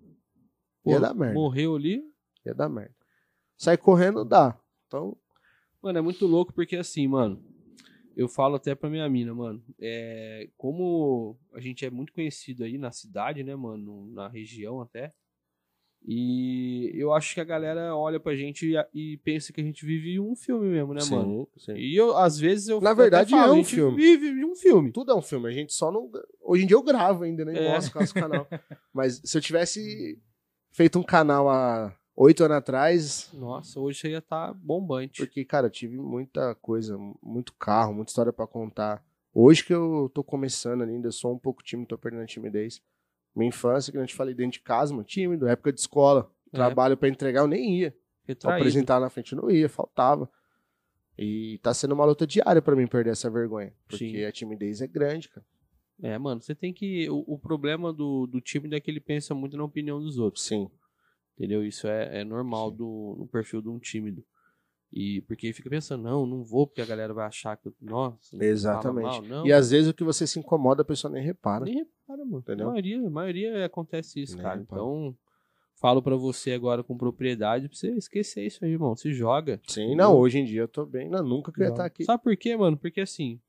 Speaker 2: ia
Speaker 1: Pô,
Speaker 2: dar merda.
Speaker 1: Morreu ali.
Speaker 2: Ia dar merda. Sai correndo, dá. Então,
Speaker 1: Mano, é muito louco porque assim, mano. Eu falo até pra minha mina, mano. É, como a gente é muito conhecido aí na cidade, né, mano? Na região até. E eu acho que a galera olha pra gente e, e pensa que a gente vive um filme mesmo, né,
Speaker 2: sim,
Speaker 1: mano?
Speaker 2: sim.
Speaker 1: E eu, às vezes, eu.
Speaker 2: Na
Speaker 1: até
Speaker 2: verdade, é um
Speaker 1: a gente
Speaker 2: filme.
Speaker 1: vive de um filme.
Speaker 2: Tudo é um filme, a gente só não. Hoje em dia eu gravo ainda, nem
Speaker 1: É.
Speaker 2: mostro mostro o <laughs> canal. Mas se eu tivesse feito um canal há oito anos atrás,
Speaker 1: Nossa, hoje você ia estar bombante.
Speaker 2: porque, cara, eu tive muita coisa, muito carro, muita história pra contar. Hoje que eu tô começando ainda, eu sou um pouco tímido, tô perdendo a timidez. Minha infância, que eu te falei, dentro de casa, mano, tímido, época de escola, trabalho pra entregar, eu nem ia. Pra
Speaker 1: Retraído.
Speaker 2: apresentar na frente, eu não ia, faltava. E tá sendo uma luta diária pra mim perder essa vergonha. Porque
Speaker 1: Sim.
Speaker 2: a timidez é grande, cara.
Speaker 1: É, mano, você tem que. O, o problema do, do time é que ele pensa muito na opinião dos outros.
Speaker 2: Sim.
Speaker 1: Entendeu? Isso é, é normal do, no perfil de um tímido. E porque ele fica pensando, não, não vou, porque a galera vai achar que eu. Nossa, não
Speaker 2: Exatamente.
Speaker 1: fala mal, não.
Speaker 2: E às vezes o que você se incomoda, a pessoa nem repara.
Speaker 1: Nem repara, mano.
Speaker 2: Entendeu?
Speaker 1: A maioria, a maioria acontece isso,
Speaker 2: Nem
Speaker 1: cara.
Speaker 2: repara.
Speaker 1: Então, falo pra você agora com propriedade pra você esquecer isso aí, irmão. Se joga.
Speaker 2: Sim, não, hoje em dia eu tô bem. Não, nunca queria estar tá aqui.
Speaker 1: Sabe por quê, mano? Porque assim,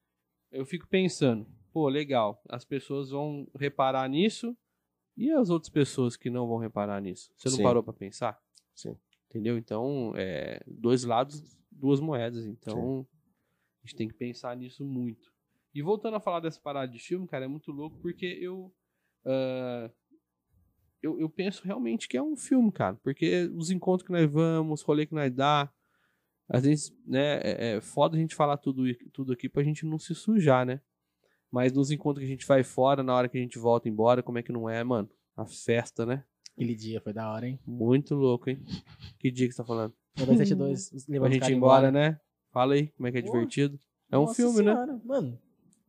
Speaker 1: eu fico pensando, pô, legal, as pessoas vão reparar nisso e as outras pessoas que não vão reparar nisso. Você não
Speaker 2: Sim.
Speaker 1: parou pra pensar?
Speaker 2: Sim.
Speaker 1: Entendeu? Então, é, dois lados, duas moedas. Então, a gente tem que pensar nisso muito. E voltando a falar dessa parada de filme, cara, é muito louco porque eu. ah, eu, eu penso realmente que é um filme, cara. Porque os encontros que nós vamos, os rolês que nós dá. Às vezes, né, é, é foda a gente falar tudo, i- tudo aqui pra gente não se sujar, né? Mas nos encontros que a gente vai fora, na hora que a gente volta embora, como é que não é, mano? A festa, né?
Speaker 3: Aquele dia foi da hora, hein?
Speaker 1: Muito louco, hein? Que dia que você tá falando?
Speaker 3: Foi
Speaker 1: <laughs>
Speaker 3: 272,
Speaker 1: Pra
Speaker 3: levou
Speaker 1: gente ir embora, né? Fala aí, como é que é
Speaker 3: Pô,
Speaker 1: divertido. É um filme, né?
Speaker 3: né? Mano,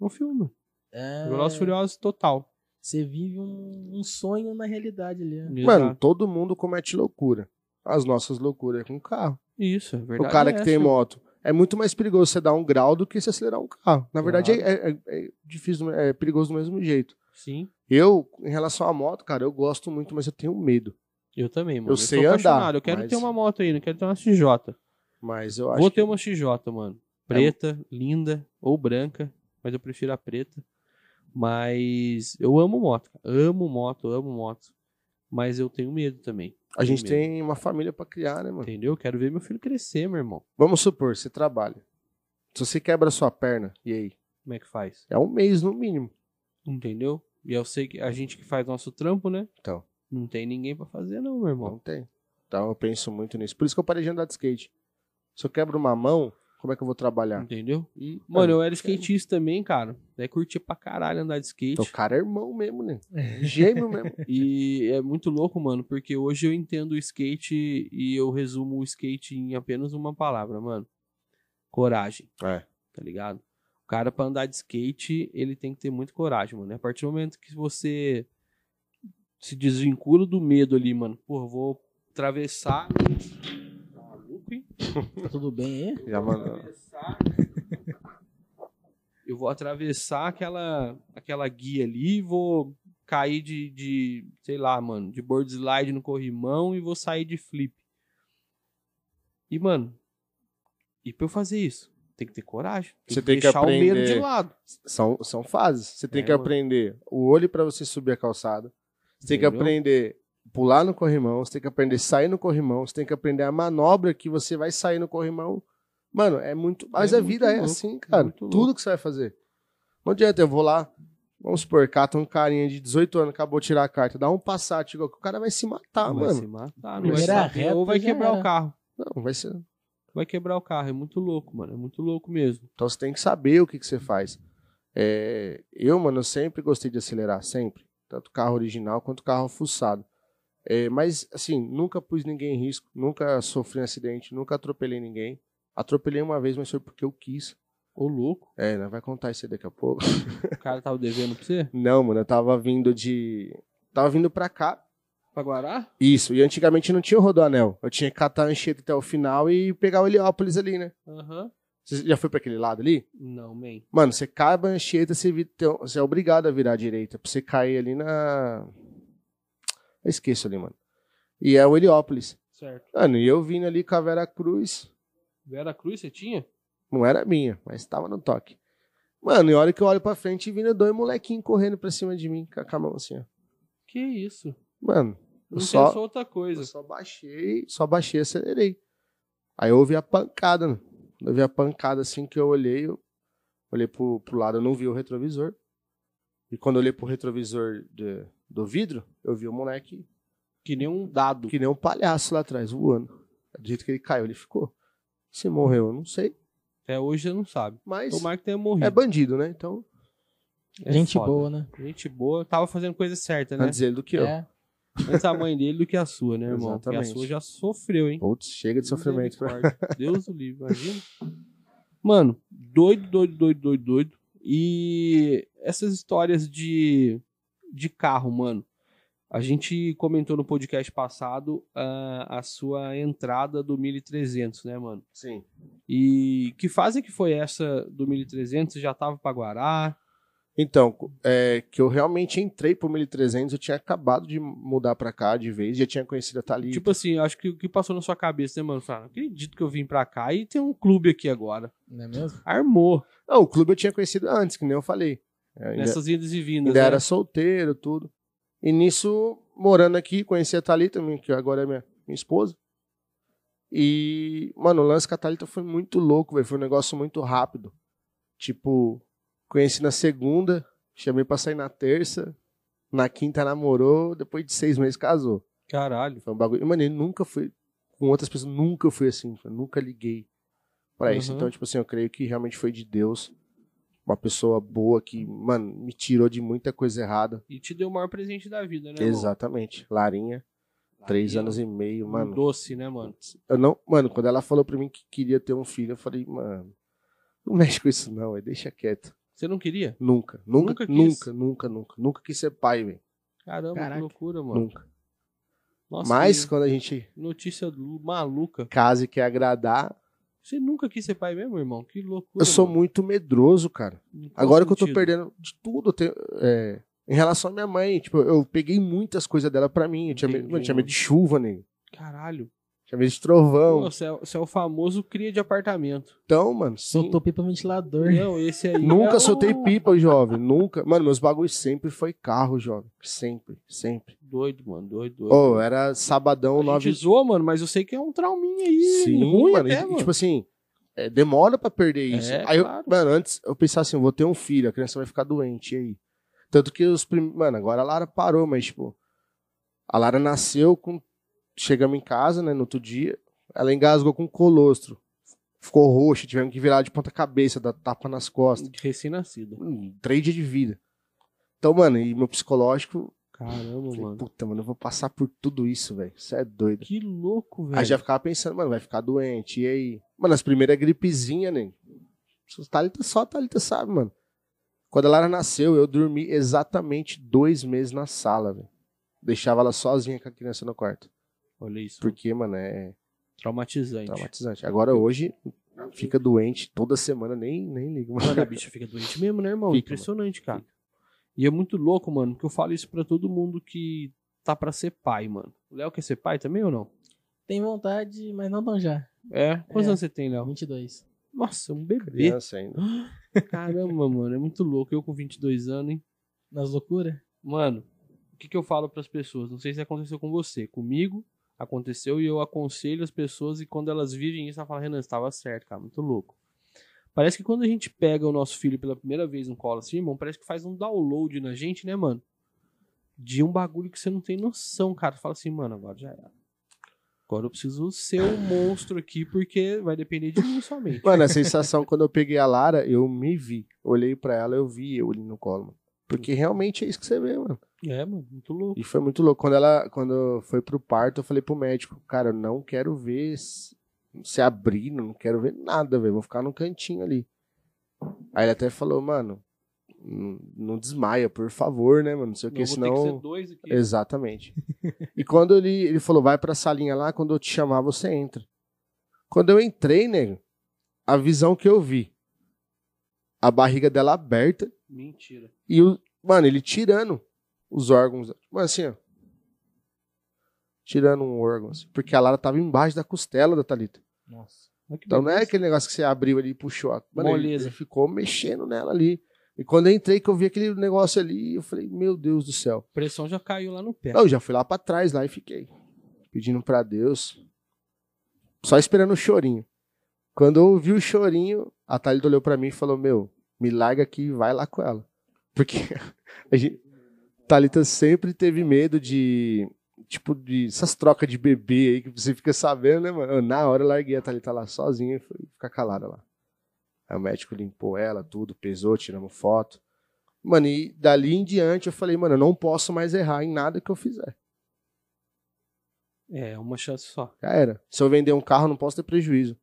Speaker 1: É um filme.
Speaker 3: é...
Speaker 1: Velozes e Furiosos total.
Speaker 3: você vive um, um sonho na realidade ali. né?
Speaker 2: Mano, todo mundo comete loucura. As nossas loucuras é com carro.
Speaker 1: Isso, é verdade.
Speaker 2: o cara
Speaker 1: é
Speaker 2: que
Speaker 1: essa.
Speaker 2: tem moto. É muito mais perigoso você dar um grau do que você acelerar um carro. Na verdade, é, é- é difícil, é perigoso do mesmo jeito.
Speaker 1: Sim,
Speaker 2: Eu, em relação à moto, cara, eu gosto muito, mas eu tenho medo.
Speaker 1: eu também, mano.
Speaker 2: Eu
Speaker 1: sou
Speaker 2: sei andar,
Speaker 1: apaixonado. Eu quero
Speaker 2: mas-
Speaker 1: ter uma moto aí, não quero ter uma XJ.
Speaker 2: Mas eu acho.
Speaker 1: Vou
Speaker 2: que- É
Speaker 1: ter uma XJ, mano. Preta, linda ou branca, mas eu prefiro a preta. Mas eu amo moto, cara. amo moto, amo moto. Mas eu tenho medo também,
Speaker 2: A gente
Speaker 1: medo.
Speaker 2: tem uma família pra criar, né, mano?
Speaker 1: entendeu? Eu Quero ver meu filho crescer, meu irmão.
Speaker 2: Vamos supor, você trabalha. Se você quebra a sua perna, e aí?
Speaker 1: Como é que faz?
Speaker 2: É um mês no mínimo. Hum.
Speaker 1: Entendeu? E eu sei que a gente que faz nosso trampo, né?
Speaker 2: Então.
Speaker 1: Não tem ninguém pra fazer, não, meu irmão.
Speaker 2: Não tem. Então eu penso muito nisso. Por isso que eu parei de andar de skate. Se eu quebro uma mão, como é que eu vou trabalhar?
Speaker 1: Entendeu?
Speaker 2: E,
Speaker 1: Mano, eu era skatista também, cara. Daí curtia pra caralho andar de skate. É.
Speaker 2: Então, o cara é irmão mesmo, né? Gêmeo
Speaker 1: <laughs>
Speaker 2: mesmo.
Speaker 1: E é muito louco, mano, porque hoje eu entendo o skate e eu resumo o skate em apenas uma palavra, mano. Coragem,
Speaker 2: É.
Speaker 1: tá ligado? O cara pra andar de skate, ele tem que ter muito coragem, mano. É A partir do momento que você se desvincula do medo ali, mano. Pô, vou atravessar. Tá maluco, hein?
Speaker 3: Tá tudo bem aí?
Speaker 2: Já mandou.
Speaker 1: atravessar- Eu vou atravessar aquela, aquela guia ali, vou cair de, de, sei lá, mano, de board slide no corrimão e vou sair de flip. E, mano, e pra eu fazer isso? Tem que ter coragem.
Speaker 2: Você tem que
Speaker 1: deixar o medo de
Speaker 2: aprender.
Speaker 1: lado.
Speaker 2: São, são fases. Você tem
Speaker 1: É,
Speaker 2: que
Speaker 1: mano.
Speaker 2: aprender o olho pra você subir a calçada. Você tem que
Speaker 1: Entendeu?
Speaker 2: aprender pular no corrimão. Você tem que aprender sair no corrimão. Você tem que aprender a manobra que você vai sair no corrimão. Mano, é muito. Mas
Speaker 1: É
Speaker 2: a vida
Speaker 1: muito
Speaker 2: é
Speaker 1: louco,
Speaker 2: assim, cara.
Speaker 1: muito
Speaker 2: Tudo que você vai fazer. Não adianta, eu vou lá. Vamos supor, cata um carinha de 18 anos, acabou de tirar a carta, dá um passate igual que o cara vai se matar,
Speaker 1: vai
Speaker 2: mano.
Speaker 1: se matar, Ah, tá, não vai
Speaker 3: Primeira
Speaker 1: saber,
Speaker 3: reta
Speaker 1: Ou vai
Speaker 3: já
Speaker 1: quebrar
Speaker 3: era.
Speaker 1: o carro.
Speaker 2: Não, vai ser.
Speaker 1: Vai quebrar o carro. É muito louco, mano. É muito louco mesmo.
Speaker 2: Então você tem que saber o que, que você faz. É, eu, mano, eu sempre gostei de acelerar, sempre. Tanto carro original quanto carro fuçado. É, mas, assim, nunca pus ninguém em risco, nunca sofri um acidente, nunca atropelei ninguém. Atropelei uma vez, mas foi porque eu quis.
Speaker 1: Ô, louco.
Speaker 2: É, nós vai contar isso aí daqui a pouco. <laughs>
Speaker 1: O cara tava devendo pra você?
Speaker 2: Não, mano, eu tava vindo de. Tava vindo pra cá.
Speaker 1: Pra Guará?
Speaker 2: Isso, e antigamente não tinha o rodoanel. Eu tinha que catar a Anchieta até o final e pegar o Heliópolis ali, né?
Speaker 1: Aham.
Speaker 2: Você já foi pra aquele lado ali?
Speaker 1: Não, man.
Speaker 2: Mano, você cai a Anchieta, você, vi- tem- você é obrigado a virar à direita. Pra você cair ali na. Eu esqueço ali, mano. E é o Heliópolis.
Speaker 1: Certo.
Speaker 2: Mano, e eu vindo ali com a Vera Cruz.
Speaker 1: Vera Cruz você tinha?
Speaker 2: Não era minha, mas tava no toque. Mano, e a hora que eu olho pra frente, vindo dois molequinhos correndo pra cima de mim com a- com a mão assim, ó.
Speaker 1: Que isso.
Speaker 2: Mano, eu
Speaker 1: Não
Speaker 2: só,
Speaker 1: pensou outra
Speaker 2: eu
Speaker 1: coisa.
Speaker 2: só baixei, só baixei e acelerei. Aí eu ouvi a pancada, mano. Eu ouvi a pancada assim que eu olhei, eu olhei pro, pro lado, eu não vi o retrovisor. E quando eu olhei pro retrovisor de- do vidro, eu vi o moleque
Speaker 1: Que nem um dado.
Speaker 2: que nem um palhaço lá atrás, voando. Do jeito que ele caiu, ele ficou. Se morreu, eu não sei.
Speaker 1: Até hoje você não sabe.
Speaker 2: Mas
Speaker 1: Tomara que tenha
Speaker 2: é
Speaker 1: morrido.
Speaker 2: bandido, né? Então,
Speaker 1: <laughs> É
Speaker 3: Gente
Speaker 1: foda.
Speaker 3: boa, né?
Speaker 1: Gente boa. Tava fazendo coisa certa, né?
Speaker 2: antes ele tá do que eu.
Speaker 3: É.
Speaker 1: <laughs> Antes a mãe dele do que a sua, né, irmão? Porque a
Speaker 2: Exatamente.
Speaker 1: sua já sofreu, hein?
Speaker 2: Putz, chega de sofrimento. né? pra-
Speaker 1: Misericórdia. Deus o livre, imagina. Mano, doido, doido, doido, doido, doido. E essas histórias de, de carro, mano. A gente comentou no podcast passado ah, a sua entrada do 1300, né, mano?
Speaker 2: Sim.
Speaker 1: E que fase que foi essa do 1300? Você já tava pra Guará?
Speaker 2: Então, é, que eu realmente entrei pro 1300, eu tinha acabado de mudar pra cá de vez, já tinha conhecido a Thalita.
Speaker 1: Tipo assim, acho que o que passou na sua cabeça, né, mano? Falar, não acredito que eu vim pra cá e tem um clube aqui agora.
Speaker 3: Não é mesmo?
Speaker 1: Armou
Speaker 2: Não, o clube eu tinha conhecido antes, que nem eu falei. É, ainda
Speaker 1: nessas idas e vindas.
Speaker 2: ainda
Speaker 1: né?
Speaker 2: era solteiro, tudo. E nisso, morando aqui, conheci a Thalita, minha- que agora é minha, minha esposa. E, mano, o lance com a Thalita foi muito louco, velho. Foi um negócio muito rápido. Tipo, conheci na segunda, chamei pra sair na terça. Na quinta namorou, depois de seis meses casou.
Speaker 1: Caralho.
Speaker 2: Foi um bagulho. Mano, eu nunca fui. Com outras pessoas, nunca fui assim. Eu nunca liguei pra isso.
Speaker 1: Uhum.
Speaker 2: Então, tipo assim, eu creio que realmente foi de Deus. Uma pessoa boa que, mano, me tirou de muita coisa errada.
Speaker 1: E te deu o maior presente da vida, né, irmão?
Speaker 2: Exatamente. Larinha, três
Speaker 1: Aí,
Speaker 2: anos e meio,
Speaker 1: um
Speaker 2: mano.
Speaker 1: Doce, né, mano?
Speaker 2: Eu não. Mano, quando ela falou pra mim que queria ter um filho, eu falei, mano, não mexe com isso, não, velho. Deixa quieto.
Speaker 1: Você não queria?
Speaker 2: Nunca. Nunca,
Speaker 1: Nunca
Speaker 2: nunca,
Speaker 1: quis?
Speaker 2: nunca, nunca, nunca. Nunca quis ser pai, velho.
Speaker 1: Caramba, que
Speaker 3: Caraca.
Speaker 1: loucura, mano.
Speaker 2: Nunca.
Speaker 1: Nossa,
Speaker 2: Mas
Speaker 1: que
Speaker 2: quando a gente
Speaker 1: notícia lu- maluca.
Speaker 2: casa e quer agradar,
Speaker 1: Você nunca quis ser pai mesmo, irmão? Que loucura.
Speaker 2: eu sou
Speaker 1: mano.
Speaker 2: muito medroso, cara.
Speaker 1: Em qual
Speaker 2: Agora que eu tô
Speaker 1: sentido?
Speaker 2: perdendo de tudo, eu tenho, é, em relação à minha mãe, tipo, eu peguei muitas coisas dela pra mim. Eu tinha, medo,
Speaker 1: Entendi.
Speaker 2: mano, eu tinha medo de chuva, nego.
Speaker 1: Caralho.
Speaker 2: Tinha medo de trovão.
Speaker 1: Pô, Você é, você é o famoso cria de apartamento.
Speaker 2: Então, mano, sim.
Speaker 3: Soltou pipa ventilador.
Speaker 1: Não, esse aí.
Speaker 2: nunca
Speaker 1: é o-
Speaker 2: soltei pipa, jovem. Nunca. Mano, meus bagulhos sempre foi carro, jovem. Sempre, sempre.
Speaker 1: Doido, mano. Doido, doido.
Speaker 2: Oh, era sabadão,
Speaker 1: a
Speaker 2: nove.
Speaker 1: gente zoa, mano, mas eu sei que é um trauminha aí.
Speaker 2: Sim,
Speaker 1: ruim
Speaker 2: mano.
Speaker 1: até,
Speaker 2: e,
Speaker 1: mano.
Speaker 2: Tipo assim, é, demora pra perder isso.
Speaker 1: É,
Speaker 2: aí, eu-
Speaker 1: claro.
Speaker 2: mano, antes eu pensava assim, eu vou ter um filho, a criança vai ficar doente, e aí? Tanto que os primeiros... Mano, agora a Lara parou, mas, tipo... A Lara nasceu com... Chegamos em casa, né, no outro dia, ela engasgou com um colostro. Ficou roxa, tivemos que virar de ponta cabeça, dar tapa nas costas.
Speaker 1: De Recém-nascido.
Speaker 2: Hum, Três dias de vida. Então, mano, e meu psicológico...
Speaker 1: Caramba,
Speaker 2: Falei,
Speaker 1: mano.
Speaker 2: puta, mano, eu vou passar por tudo isso, velho. Isso é doido.
Speaker 1: Que louco, velho.
Speaker 2: Aí já ficava pensando, mano, vai ficar doente, e aí? Mano, as primeiras gripezinhas, né? Só Thalita, só a Thalita sabe, mano. Quando a Lara nasceu, eu dormi exatamente dois meses na sala, velho. Deixava ela sozinha com a criança no quarto.
Speaker 1: Olha isso.
Speaker 2: Porque, mano, é
Speaker 1: Traumatizante.
Speaker 2: traumatizante. Agora, hoje, fica doente toda semana, nem, nem ligo.
Speaker 1: Mano, a bicha fica doente mesmo, né, irmão?
Speaker 2: Fica,
Speaker 1: Impressionante, cara. E é muito louco, mano, porque eu falo isso pra todo mundo que tá pra ser pai, mano. O Léo quer ser pai também ou não?
Speaker 3: Tem vontade, mas não tão já.
Speaker 1: É? Quantos
Speaker 3: É.
Speaker 1: anos você tem, Léo?
Speaker 3: 22.
Speaker 1: Nossa, um bebê.
Speaker 2: Criança ainda.
Speaker 1: Caramba, mano, é muito louco. Eu com 22 anos, hein?
Speaker 3: Nas loucuras?
Speaker 1: Mano, o que, que eu falo pras pessoas? Não sei se aconteceu com você. Comigo, aconteceu e eu aconselho as pessoas e quando elas vivem isso, elas falam, Renan, você tava certo, cara, muito louco. Parece que quando a gente pega o nosso filho pela primeira vez no colo assim, irmão, parece que faz um download na gente, né, mano? De um bagulho que você não tem noção, cara. Tu Fala assim, mano, agora já era. Agora eu preciso ser um monstro aqui, porque vai depender de mim somente.
Speaker 2: Mano, a sensação quando eu peguei a Lara, eu me vi. Olhei pra ela, eu vi eu ali no colo, mano. Porque realmente é isso que você vê, mano.
Speaker 1: <laughs> É, mano, muito louco.
Speaker 2: E foi muito louco. Quando ela quando foi pro parto, eu falei pro médico, cara, eu não quero ver se se abrindo, não quero ver nada, velho. Vou ficar num cantinho ali. Aí ele até falou, mano, não, não desmaia, por favor, né, mano? Não sei o
Speaker 1: Não,
Speaker 2: que,
Speaker 1: vou
Speaker 2: senão.
Speaker 1: ter que ser dois aqui.
Speaker 2: Exatamente. e quando ele, ele falou, vai pra salinha lá, quando eu te chamar, você entra. Quando eu entrei, nego, a visão que eu vi, a barriga dela aberta
Speaker 1: Mentira.
Speaker 2: e o. Mano, ele tirando os órgãos. Mano, assim, ó. Tirando um órgão, assim, porque a Lara tava embaixo da costela da Thalita.
Speaker 3: Nossa. Olha que
Speaker 2: Então
Speaker 1: né,
Speaker 2: não é
Speaker 3: beleza.
Speaker 2: aquele negócio que você abriu ali e puxou. a- Mano, ele,
Speaker 3: Moleza.
Speaker 2: ele ficou mexendo nela ali. E quando eu entrei, que eu vi aquele negócio ali, eu falei, meu Deus do céu.
Speaker 1: A pressão já caiu lá no pé.
Speaker 2: Não, eu já fui lá pra trás lá e fiquei. Pedindo pra Deus. Só esperando o chorinho. Quando eu ouvi o chorinho, a Thalita olhou pra mim e falou: Meu, me larga aqui e vai lá com ela. Porque <laughs> a gente, Thalita sempre teve medo de. Tipo, de essas trocas de bebê aí que você fica sabendo, né, mano? Eu, na hora eu larguei a Thalita lá sozinha e fui ficar calada lá. Aí o médico limpou ela, tudo, pesou, tiramos foto. Mano, e dali em diante eu falei, mano, eu não posso mais errar em nada que eu fizer.
Speaker 1: É, uma chance só.
Speaker 2: Já era. Se eu vender um carro, eu não posso ter prejuízo.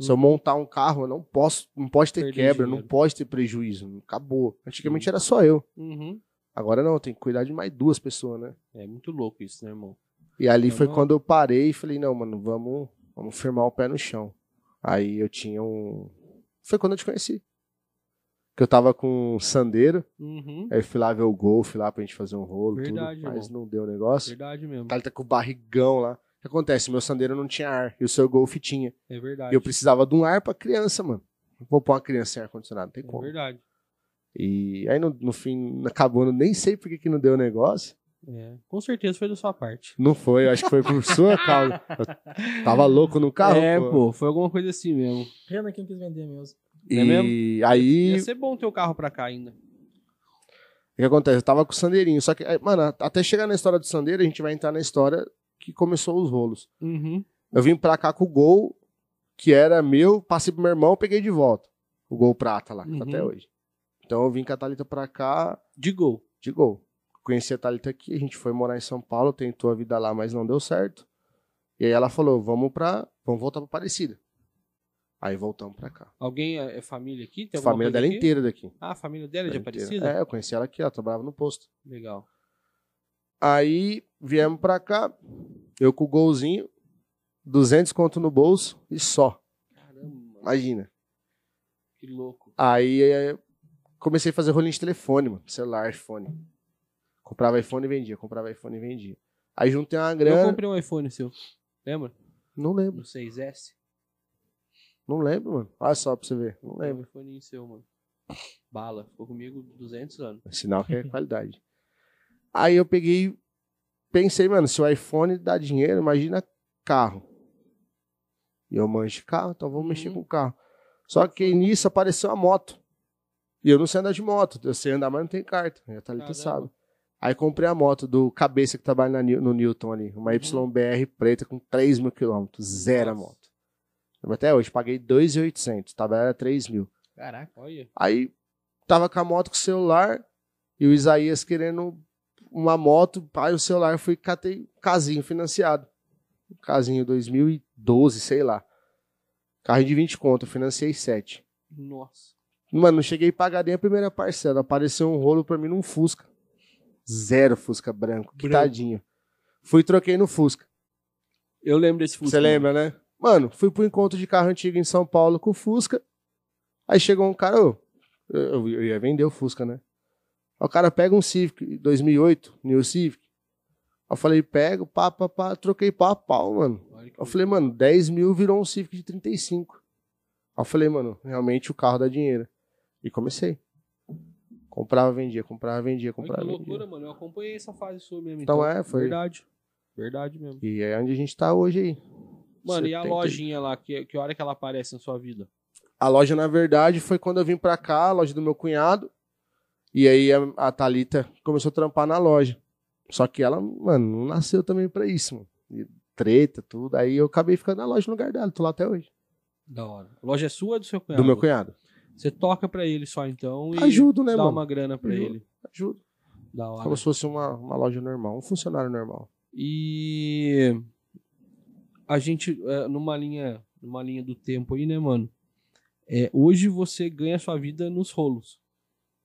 Speaker 2: Se eu montar um carro, eu não posso, não pode ter
Speaker 1: Perder
Speaker 2: quebra,
Speaker 1: Uhum. dinheiro.
Speaker 2: não pode ter prejuízo. Acabou. Antigamente era só eu.
Speaker 1: Uhum.
Speaker 2: Agora não, tem que cuidar de mais duas pessoas, né?
Speaker 1: É muito louco isso, né, irmão?
Speaker 2: E ali
Speaker 1: Então,
Speaker 2: foi
Speaker 1: não-
Speaker 2: quando eu parei e falei, não, mano, vamos, vamos firmar o pé no chão. Aí eu tinha um. Foi quando eu te conheci. Que eu tava com um sandeiro,
Speaker 1: Uhum.
Speaker 2: aí eu fui lá ver o gol, fui lá pra gente fazer um rolo,
Speaker 1: Verdade,
Speaker 2: tudo, mas
Speaker 1: irmão.
Speaker 2: não deu negócio.
Speaker 1: Verdade mesmo.
Speaker 2: Thalita com o barrigão lá. O que acontece? Meu sandeiro não tinha ar e o seu Golf tinha.
Speaker 1: É
Speaker 2: E
Speaker 1: verdade.
Speaker 2: eu precisava de um ar pra criança, mano. Não Vou pôr uma criança sem ar-condicionado, não tem
Speaker 1: É
Speaker 2: como.
Speaker 1: verdade.
Speaker 2: E aí no, no fim, acabou, eu nem sei por que que não deu o negócio.
Speaker 1: É. Com certeza foi da sua parte.
Speaker 2: Não foi, eu acho que foi por sua causa. Eu tava louco no carro.
Speaker 1: é, pô. foi alguma coisa assim mesmo.
Speaker 3: Pena que não quis vender mesmo.
Speaker 2: E
Speaker 1: é
Speaker 2: aí,
Speaker 1: Ia
Speaker 2: o
Speaker 1: ser bom ter o carro pra cá ainda.
Speaker 2: que acontece? Eu tava com o sandeirinho. Só que, aí, mano, até chegar na história do sandeiro, a gente vai entrar na história que começou os rolos.
Speaker 1: Uhum.
Speaker 2: Eu vim pra cá com o gol que era meu, passei pro meu irmão, peguei de volta. O gol prata lá, que tá
Speaker 1: Uhum.
Speaker 2: até hoje. Então eu vim com a Thalita pra cá
Speaker 1: De gol.
Speaker 2: de gol. Conheci a Thalita aqui, a gente foi morar em São Paulo, tentou a vida lá, mas não deu certo. E aí ela falou: vamos pra. Vamos voltar pra Parecida. Aí voltamos pra cá.
Speaker 1: Alguém é é família aqui? Tem
Speaker 2: A
Speaker 1: alguma
Speaker 2: família
Speaker 1: coisa
Speaker 2: dela
Speaker 1: aqui?
Speaker 2: inteira daqui.
Speaker 1: Ah, a família dela é de
Speaker 2: Ela inteira.
Speaker 1: Aparecida?
Speaker 2: É, eu conheci ela aqui, ela trabalhava no posto.
Speaker 1: Legal.
Speaker 2: Aí viemos pra cá, eu com o golzinho, 200 conto no bolso e só.
Speaker 1: Caramba,
Speaker 2: Imagina.
Speaker 1: que louco.
Speaker 2: Aí eh, comecei a fazer rolinho de telefone, mano. Celular, iPhone. Comprava iPhone e vendia, comprava iPhone e vendia. Aí juntei uma
Speaker 1: Eu
Speaker 2: grana.
Speaker 1: comprei um iPhone seu. Lembra?
Speaker 2: Não lembro,
Speaker 1: No 6S.
Speaker 2: não lembro, mano. Olha só pra você ver, não
Speaker 1: Comprei um
Speaker 2: lembro.
Speaker 1: iPhone seu, mano. Bala. Ficou comigo 200 anos.
Speaker 2: Sinal <laughs> que é qualidade. Aí eu peguei, pensei, mano, se o iPhone dá dinheiro, imagina carro. E eu manjo de carro, então vamos mexer
Speaker 1: Uhum.
Speaker 2: com o carro. Só que nisso apareceu a moto. E eu não sei andar de moto, eu sei andar, mas não tenho carta. E a Thalita
Speaker 1: Caramba.
Speaker 2: sabe. Aí comprei a moto do cabeça que trabalha na Ni- no Newton ali, uma
Speaker 1: Uhum.
Speaker 2: YBR preta com 3 mil quilômetros, zero a
Speaker 1: Nossa.
Speaker 2: moto. Até hoje, paguei 2.800, tabela era 3 mil.
Speaker 3: Caraca.
Speaker 1: Olha.
Speaker 2: Aí tava com a moto com o celular e o Isaías querendo uma moto, pai, o celular, eu fui catei um casinho financiado. Um casinho 2012, sei lá. Carro de 20 conto, eu financiei 7.
Speaker 1: Nossa.
Speaker 2: Mano, não cheguei a pagar nem a primeira parcela. Apareceu um rolo pra mim num Fusca. Zero Fusca branco, que
Speaker 1: Branco.
Speaker 2: tadinho. Fui e troquei no Fusca.
Speaker 1: Eu lembro desse Fusca.
Speaker 2: Você lembra, né? Mano, fui pro encontro de carro antigo em São Paulo com o Fusca. Aí chegou um cara, ô, eu, eu, ia vender o Fusca, né? Aí o cara pega um Civic 2008, New Civic. Aí eu falei, pego, pá, pá, pá, troquei pau a pau, mano.
Speaker 1: Olha que
Speaker 2: Aí Eu falei, mano, 10 mil virou um Civic de 35. Aí eu falei, mano, realmente o carro dá dinheiro. E comecei. Comprava, vendia, comprava, vendia,
Speaker 1: Olha que
Speaker 2: comprava,
Speaker 1: loucura,
Speaker 2: vendia.
Speaker 1: mano. Eu acompanhei essa fase sua mesmo.
Speaker 2: Então é, foi.
Speaker 1: Verdade. Verdade mesmo.
Speaker 2: E é onde a gente tá hoje aí.
Speaker 1: Mano, e a
Speaker 2: 70
Speaker 1: lojinha lá? Que, que hora que ela aparece na sua vida?
Speaker 2: A loja, na verdade, foi quando eu vim pra cá, a loja do meu cunhado. E aí a, a Thalita começou a trampar na loja. Só que ela, mano, não nasceu também pra isso, mano. E treta, tudo. Aí eu acabei ficando na loja no lugar dela, tô lá até hoje.
Speaker 1: Da hora. A loja é sua ou do seu cunhado?
Speaker 2: Do meu cunhado.
Speaker 1: Você toca pra ele só então e
Speaker 2: Ajudo, né,
Speaker 1: dá
Speaker 2: mano?
Speaker 1: uma grana pra
Speaker 2: Ajudo.
Speaker 1: ele.
Speaker 2: Ajudo.
Speaker 1: Da hora.
Speaker 2: Como se fosse uma, uma loja normal, um funcionário normal.
Speaker 1: E a gente, é, numa linha, numa linha do tempo aí, né, mano? É, hoje você ganha sua vida nos rolos.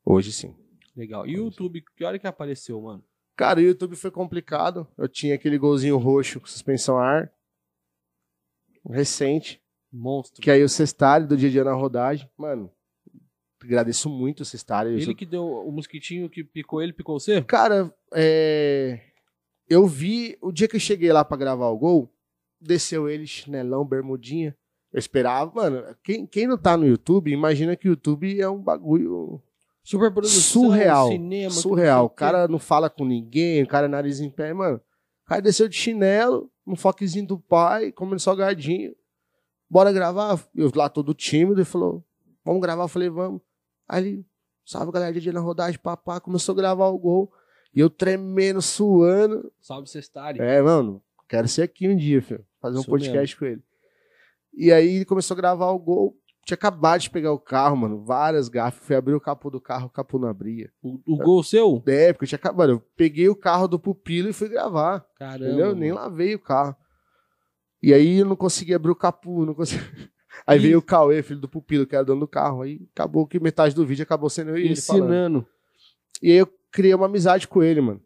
Speaker 2: Hoje sim.
Speaker 1: Legal. E o YouTube, que hora que apareceu, mano?
Speaker 2: Cara, o YouTube foi complicado. Eu tinha aquele golzinho roxo com suspensão a ar. Recente.
Speaker 1: Monstro.
Speaker 2: Que é aí o cestário do dia a dia na rodagem. Mano, agradeço muito o cestário. Eu sou-
Speaker 1: Ele que deu o mosquitinho que picou ele, picou você?
Speaker 2: Cara, é, eu vi o dia que eu cheguei lá pra gravar o gol, desceu ele, chinelão, bermudinha. Eu esperava, mano. Quem, quem não tá no YouTube, imagina que o YouTube é um bagulho
Speaker 1: Super
Speaker 2: surreal.
Speaker 1: cinema.
Speaker 2: surreal. O
Speaker 1: que não sei
Speaker 2: cara não fala com ninguém, o cara é nariz em pé, mano. O cara desceu de chinelo, um foquezinho do pai, comendo salgadinho. Bora gravar? Eu lá todo tímido, ele falou, vamos gravar? Eu falei, vamos. Aí ele, salve galera, DJ na rodagem, papá, começou a gravar o gol. E eu tremendo, suando.
Speaker 1: o quê. Salve Cestari.
Speaker 2: É, mano, quero ser aqui um dia, filho. Fazer um
Speaker 1: Isso
Speaker 2: podcast com ele. E aí ele começou a gravar o gol. Tinha acabado de pegar o carro, mano. Várias gafas. Fui abrir o capô do carro, o capô não abria.
Speaker 1: O, o gol seu?
Speaker 2: Da época, É, eu tinha acabado. Mano, eu peguei o carro do pupilo e fui gravar.
Speaker 1: Caramba.
Speaker 2: Entendeu? Nem lavei o carro. E aí eu não consegui abrir o capô, não consegui. <laughs> Aí
Speaker 1: Ih.
Speaker 2: veio o Cauê, filho do pupilo, que era dono do carro. Aí acabou que metade do vídeo acabou sendo eu e ele falando.
Speaker 1: Ensinando.
Speaker 2: E aí eu criei uma amizade com ele, mano.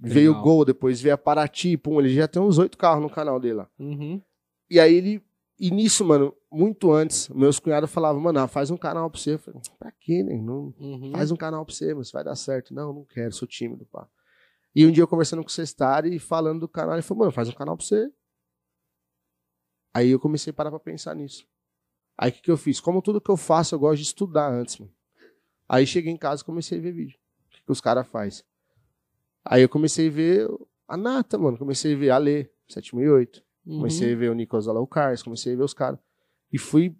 Speaker 2: Veio o Gol, depois veio a Paraty, pum, ele já tem uns oito carros no canal dele lá.
Speaker 1: Uhum.
Speaker 2: E aí ele, e nisso, mano, muito antes, meus cunhados falavam, mano, ah, faz um canal pra você. Eu falei, pra quê, né? Não,
Speaker 1: Uhum.
Speaker 2: faz um canal pra você, mas vai dar certo. Não, não quero, sou tímido, pá. E um dia eu conversando com o Cestari e falando do canal, ele falou, mano, faz um canal pra você. Aí eu comecei a parar pra pensar nisso. Aí o que, que eu fiz? Como tudo que eu faço, eu gosto de estudar antes, mano. Aí cheguei em casa e comecei a ver vídeo. O que, que os caras fazem? Aí eu comecei a ver a Nata, mano. Comecei a ver a Lê, 7008.
Speaker 1: Uhum.
Speaker 2: Comecei a ver o Nicolas Alaukars, comecei a ver os caras. E fui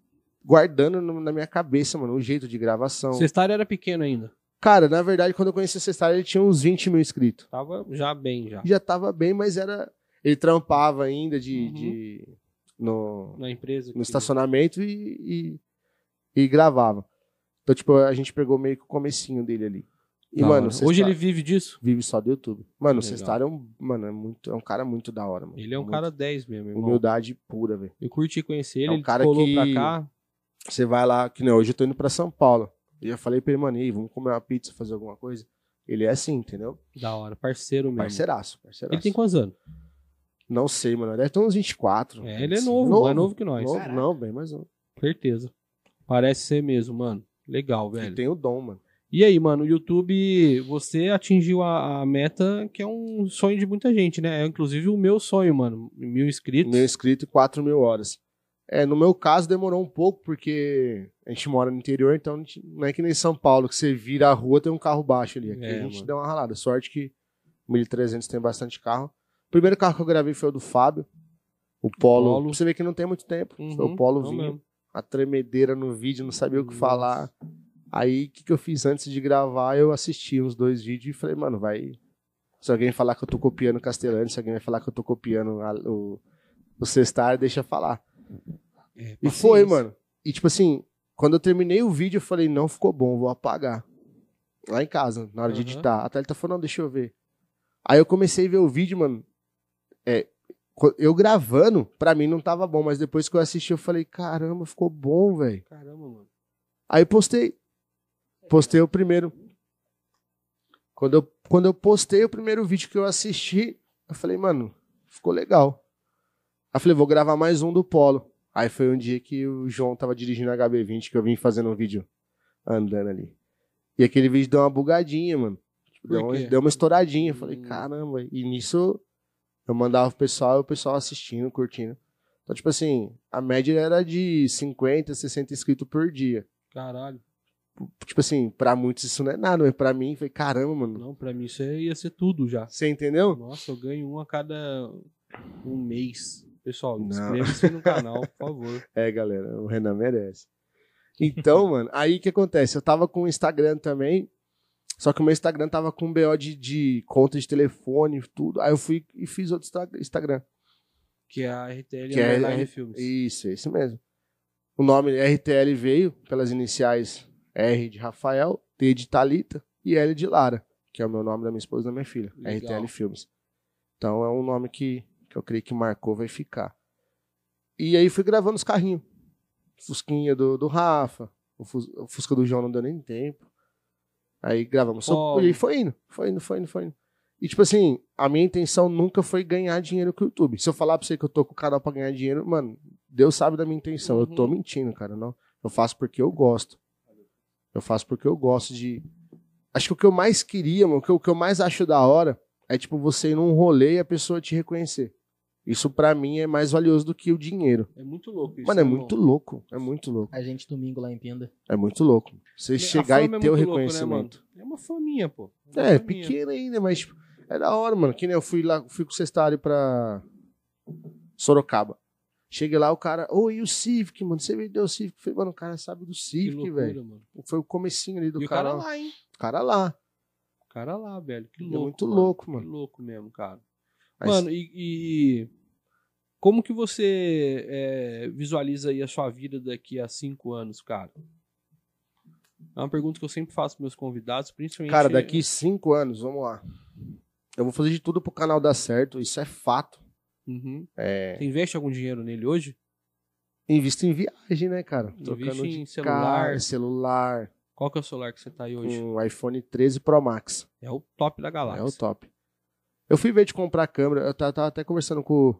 Speaker 2: guardando no- na minha cabeça, mano, o jeito de gravação.
Speaker 1: Cestari era pequeno ainda.
Speaker 2: Cara, na verdade, quando eu conheci o Cestário, ele tinha uns 20 mil inscritos.
Speaker 1: Tava já bem, já.
Speaker 2: Já tava bem, mas era. Ele trampava ainda de.
Speaker 1: Uhum.
Speaker 2: de- no,
Speaker 1: Na empresa.
Speaker 2: no
Speaker 1: que-
Speaker 2: estacionamento e, e, e gravava. Então, tipo, a gente pegou meio que o comecinho dele ali. E,
Speaker 1: Da
Speaker 2: mano,
Speaker 1: hora.
Speaker 2: o
Speaker 1: Hoje
Speaker 2: Cestário
Speaker 1: ele vive disso?
Speaker 2: vive só do YouTube. Mano, o
Speaker 1: Legal.
Speaker 2: Cestário é um. Mano, é, muito, é um cara muito da hora, mano.
Speaker 1: Ele é um
Speaker 2: Muito-
Speaker 1: cara 10 mesmo, irmão.
Speaker 2: Humildade pura, velho.
Speaker 1: Eu curti conhecer ele,
Speaker 2: É um
Speaker 1: ele
Speaker 2: cara
Speaker 1: colou
Speaker 2: que-
Speaker 1: pra cá.
Speaker 2: Você vai lá, que não, hoje eu tô indo pra São Paulo. Eu já falei pra ele, mano, e aí, vamos comer uma pizza, fazer alguma coisa. Ele é assim, entendeu?
Speaker 1: Da hora, parceiro mesmo.
Speaker 2: Parceiraço, parceiraço.
Speaker 1: Ele tem quantos anos?
Speaker 2: Não sei, mano. Deve ter uns 24.
Speaker 1: É, ele é
Speaker 2: 25.
Speaker 1: novo, mais novo que nós.
Speaker 2: Novo,
Speaker 3: Caraca.
Speaker 2: não, bem mais novo.
Speaker 1: Certeza. Parece ser mesmo, mano. Legal,
Speaker 2: Ele
Speaker 1: velho.
Speaker 2: tem o dom, mano.
Speaker 1: E aí, mano, o YouTube, você atingiu a, a meta que é um sonho de muita gente, né? É inclusive o meu sonho, mano. Mil inscritos.
Speaker 2: Meu inscrito e 4 mil horas. É, no meu caso demorou um pouco, porque a gente mora no interior, então a gente- não é que nem São Paulo, que você vira a rua tem um carro baixo ali. Aqui
Speaker 1: É,
Speaker 2: a gente
Speaker 1: mano.
Speaker 2: deu uma ralada. Sorte que 1300 tem bastante carro. O primeiro carro que eu gravei foi o do Fábio. O Polo.
Speaker 1: Polo.
Speaker 2: Você vê que não tem muito tempo.
Speaker 1: Uhum,
Speaker 2: Foi é o Polo
Speaker 1: não
Speaker 2: vinho.
Speaker 1: mesmo.
Speaker 2: a tremedeira no vídeo, não sabia o que
Speaker 1: Nossa.
Speaker 2: falar. Aí, o que, que eu fiz antes de gravar? Eu assisti uns dois vídeos e falei, mano, vai. Se alguém falar que eu tô copiando Castelândia, se alguém vai falar que eu tô copiando a- o, o Cestar, deixa eu falar.
Speaker 1: É,
Speaker 2: E foi,
Speaker 1: paciência.
Speaker 2: mano. E tipo assim, quando eu terminei o vídeo, eu falei, não ficou bom, vou apagar. Lá em casa, na hora de
Speaker 1: Aham.
Speaker 2: editar. A Thalita falou, não, deixa eu ver. Aí eu comecei a ver o vídeo, mano. É, co- eu gravando, pra mim não tava bom, mas depois que eu assisti, eu falei, caramba, ficou bom, velho.
Speaker 1: Caramba, mano.
Speaker 2: Aí postei. Postei o primeiro. Quando eu, quando eu postei o primeiro vídeo que eu assisti, eu falei, mano, ficou legal. Aí eu falei, vou gravar mais um do Polo. Aí foi um dia que o João tava dirigindo a HB20, que eu vim fazendo um vídeo andando ali. E aquele vídeo deu uma bugadinha, mano. Tipo,
Speaker 1: Por
Speaker 2: Deu uma,
Speaker 1: quê?
Speaker 2: deu uma estouradinha. Eu falei,
Speaker 1: Hum.
Speaker 2: caramba. E nisso eu mandava o pessoal e o pessoal assistindo, curtindo. Então, tipo assim, a média era de 50, 60 inscritos por dia
Speaker 1: Caralho.
Speaker 2: tipo assim, pra muitos isso não é nada, mas pra mim foi caramba, mano.
Speaker 1: Não, pra mim isso aí ia ser tudo já.
Speaker 2: Você entendeu?
Speaker 1: Nossa, eu ganho um a cada um mês. Pessoal,
Speaker 2: Não.
Speaker 1: inscreva-se no canal, por favor.
Speaker 2: É, galera, o Renan merece. Então, mano, aí o que acontece? Eu tava com o Instagram também, só que o meu Instagram tava com BO de, de conta de telefone e tudo. Aí eu fui e fiz outro Insta- Instagram.
Speaker 1: Que é a RTL
Speaker 2: Que é-
Speaker 1: Underline Filmes.
Speaker 2: Isso, é isso mesmo. O nome RTL veio pelas iniciais R de Rafael, T de Thalita e L de Lara, que é o meu nome da minha esposa e da minha filha.
Speaker 1: Legal.
Speaker 2: RTL Filmes. Então é um nome que, que eu creio que marcou, vai ficar. E aí fui gravando os carrinhos. Fusquinha do, do Rafa. O, fus- o Fusca do João não deu nem tempo. Aí gravamos. Só,
Speaker 1: Pô.
Speaker 2: e foi indo, foi indo, foi indo, foi indo. E tipo assim, a minha intenção nunca foi ganhar dinheiro com o YouTube. Se eu falar pra você que eu tô com o canal pra ganhar dinheiro, mano, Deus sabe da minha intenção. Eu tô
Speaker 1: Uhum.
Speaker 2: mentindo, cara. Não. Eu faço porque eu gosto. Eu faço porque eu gosto de. Acho que o que eu mais queria, mano, o que eu- o que eu mais acho da hora é tipo você ir num rolê e a pessoa te reconhecer. Isso pra mim é mais valioso do que o dinheiro.
Speaker 1: É muito louco isso.
Speaker 2: Mano, é
Speaker 1: né,
Speaker 2: muito
Speaker 1: irmão?
Speaker 2: louco. É muito louco.
Speaker 3: A gente domingo lá em
Speaker 1: <laughs>
Speaker 3: Pinda.
Speaker 2: É muito louco. Você chegar
Speaker 1: A
Speaker 2: e
Speaker 1: fama é
Speaker 2: ter o
Speaker 1: muito louco, né,
Speaker 2: reconhecimento.
Speaker 1: mano? É uma faminha, pô. uma faminha.
Speaker 2: é, pequeno ainda, mas tipo, é da hora, mano. Que nem eu fui lá, fui com o Cestário pra Sorocaba. Cheguei lá, o cara, ô, e o Civic, mano? Você vendeu o Civic? Eu Falei, mano, o cara sabe do
Speaker 1: Que
Speaker 2: Civic,
Speaker 1: loucura,
Speaker 2: velho.
Speaker 1: mano.
Speaker 2: Foi o comecinho ali do
Speaker 1: E o
Speaker 2: cara.
Speaker 1: cara
Speaker 2: lá.
Speaker 1: lá, hein?
Speaker 2: O cara lá.
Speaker 1: O cara lá, velho. Que
Speaker 2: É
Speaker 1: louco.
Speaker 2: muito louco,
Speaker 1: Que
Speaker 2: mano.
Speaker 1: louco mesmo, cara.
Speaker 2: Mas-
Speaker 1: Mano, e, e- como que você é, visualiza aí a sua vida daqui a cinco anos, cara? É uma pergunta que eu sempre faço pros meus convidados, principalmente.
Speaker 2: Cara, daqui cinco anos, vamos lá. Eu vou fazer de tudo pro canal dar certo, isso é fato.
Speaker 1: Uhum.
Speaker 2: É,
Speaker 1: Você investe algum dinheiro nele hoje?
Speaker 2: invisto em viagem, né, cara?
Speaker 1: Investe
Speaker 2: Trocando
Speaker 1: em
Speaker 2: de
Speaker 1: celular.
Speaker 2: Carro, celular,
Speaker 1: Qual que é o celular que você tá aí hoje?
Speaker 2: um iPhone 13 Pro Max.
Speaker 1: É o top da galáxia.
Speaker 2: É o top. Eu fui ver de comprar câmera, eu tava, tava até conversando com,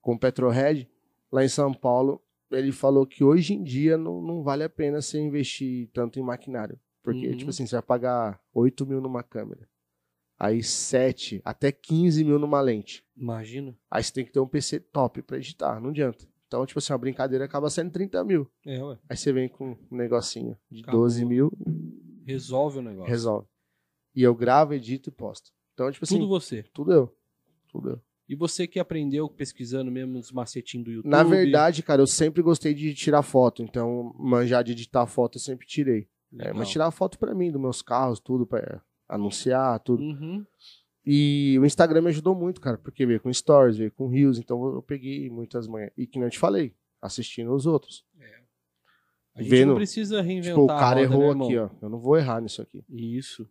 Speaker 2: com o Petrohead lá em São Paulo. Ele falou que hoje em dia não, não vale a pena você investir tanto em maquinário. Porque,
Speaker 1: Uhum.
Speaker 2: tipo assim, você vai pagar 8 mil numa câmera. Aí 7, até 15 mil numa lente.
Speaker 1: Imagina.
Speaker 2: Aí você tem que ter um PC top pra editar, não adianta. Então, tipo assim, uma brincadeira acaba sendo 30 mil.
Speaker 1: É, ué.
Speaker 2: Aí você vem com um negocinho de
Speaker 1: Acabou.
Speaker 2: 12 mil,
Speaker 1: Resolve o negócio.
Speaker 2: resolve. E eu gravo, edito e posto. Então, tipo assim,
Speaker 1: Tudo
Speaker 2: tudo,
Speaker 1: você.
Speaker 2: eu. Tudo eu.
Speaker 1: E você que aprendeu pesquisando mesmo os macetinhos do YouTube.
Speaker 2: Na verdade, cara, eu sempre gostei de tirar foto. Então, manjar de editar foto eu sempre tirei. É,
Speaker 1: Legal.
Speaker 2: mas tirar foto pra mim, dos meus carros, tudo, pra anunciar, tudo.
Speaker 1: Uhum.
Speaker 2: E o Instagram me ajudou muito, cara, porque veio com stories, veio com reels, então eu peguei muitas manhãs. E que nem eu te falei, assistindo os outros.
Speaker 1: A gente
Speaker 2: Vendo-
Speaker 1: não precisa reinventar
Speaker 2: Tipo, o
Speaker 1: a roda,
Speaker 2: cara
Speaker 1: né,
Speaker 2: errou
Speaker 1: irmão?
Speaker 2: aqui, ó. Eu não vou errar nisso aqui,
Speaker 1: Isso.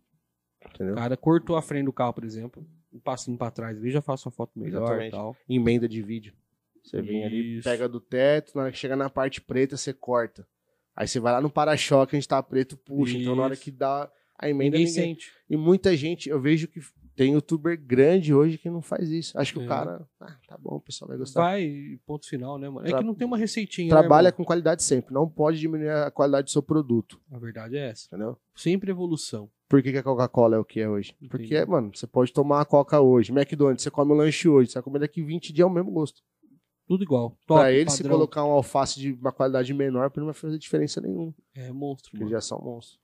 Speaker 2: entendeu?
Speaker 1: O cara cortou a frente do carro, por exemplo. Um passinho pra trás ali, já faço uma foto melhor e
Speaker 2: Exatamente.
Speaker 1: tal.
Speaker 2: Emenda de vídeo. Você vem ali,
Speaker 1: Isso.
Speaker 2: pega do teto, na hora que chega na parte preta, você corta. Aí você vai lá no para-choque, a gente tá preto, puxa. Então na hora
Speaker 1: Isso.
Speaker 2: que dá a emenda,
Speaker 1: Ninguém
Speaker 2: ninguém-
Speaker 1: sente.
Speaker 2: E muita gente, eu vejo que tem youtuber grande hoje que não faz isso. Acho que
Speaker 1: É.
Speaker 2: o cara, ah, tá bom, o pessoal vai gostar.
Speaker 1: Vai, e ponto final, né, mano? É
Speaker 2: Tra-
Speaker 1: que não tem uma receitinha. né,
Speaker 2: Trabalha
Speaker 1: irmão?
Speaker 2: com qualidade sempre, não pode diminuir a qualidade do seu produto,
Speaker 1: A verdade é essa.
Speaker 2: entendeu?
Speaker 1: Sempre evolução.
Speaker 2: Por que, que a Coca-Cola é o que é hoje?
Speaker 1: Entendi.
Speaker 2: Porque, mano, você pode tomar a Coca hoje, McDonald's, você come o lanche hoje, você vai comer daqui 20 dias é o mesmo gosto.
Speaker 1: Tudo igual. Top,
Speaker 2: Pra ele, se
Speaker 1: padrão.
Speaker 2: colocar um alface de uma qualidade menor, pra ele não vai fazer diferença nenhuma.
Speaker 1: É monstro,
Speaker 2: Porque
Speaker 1: mano.
Speaker 2: eles já são monstros.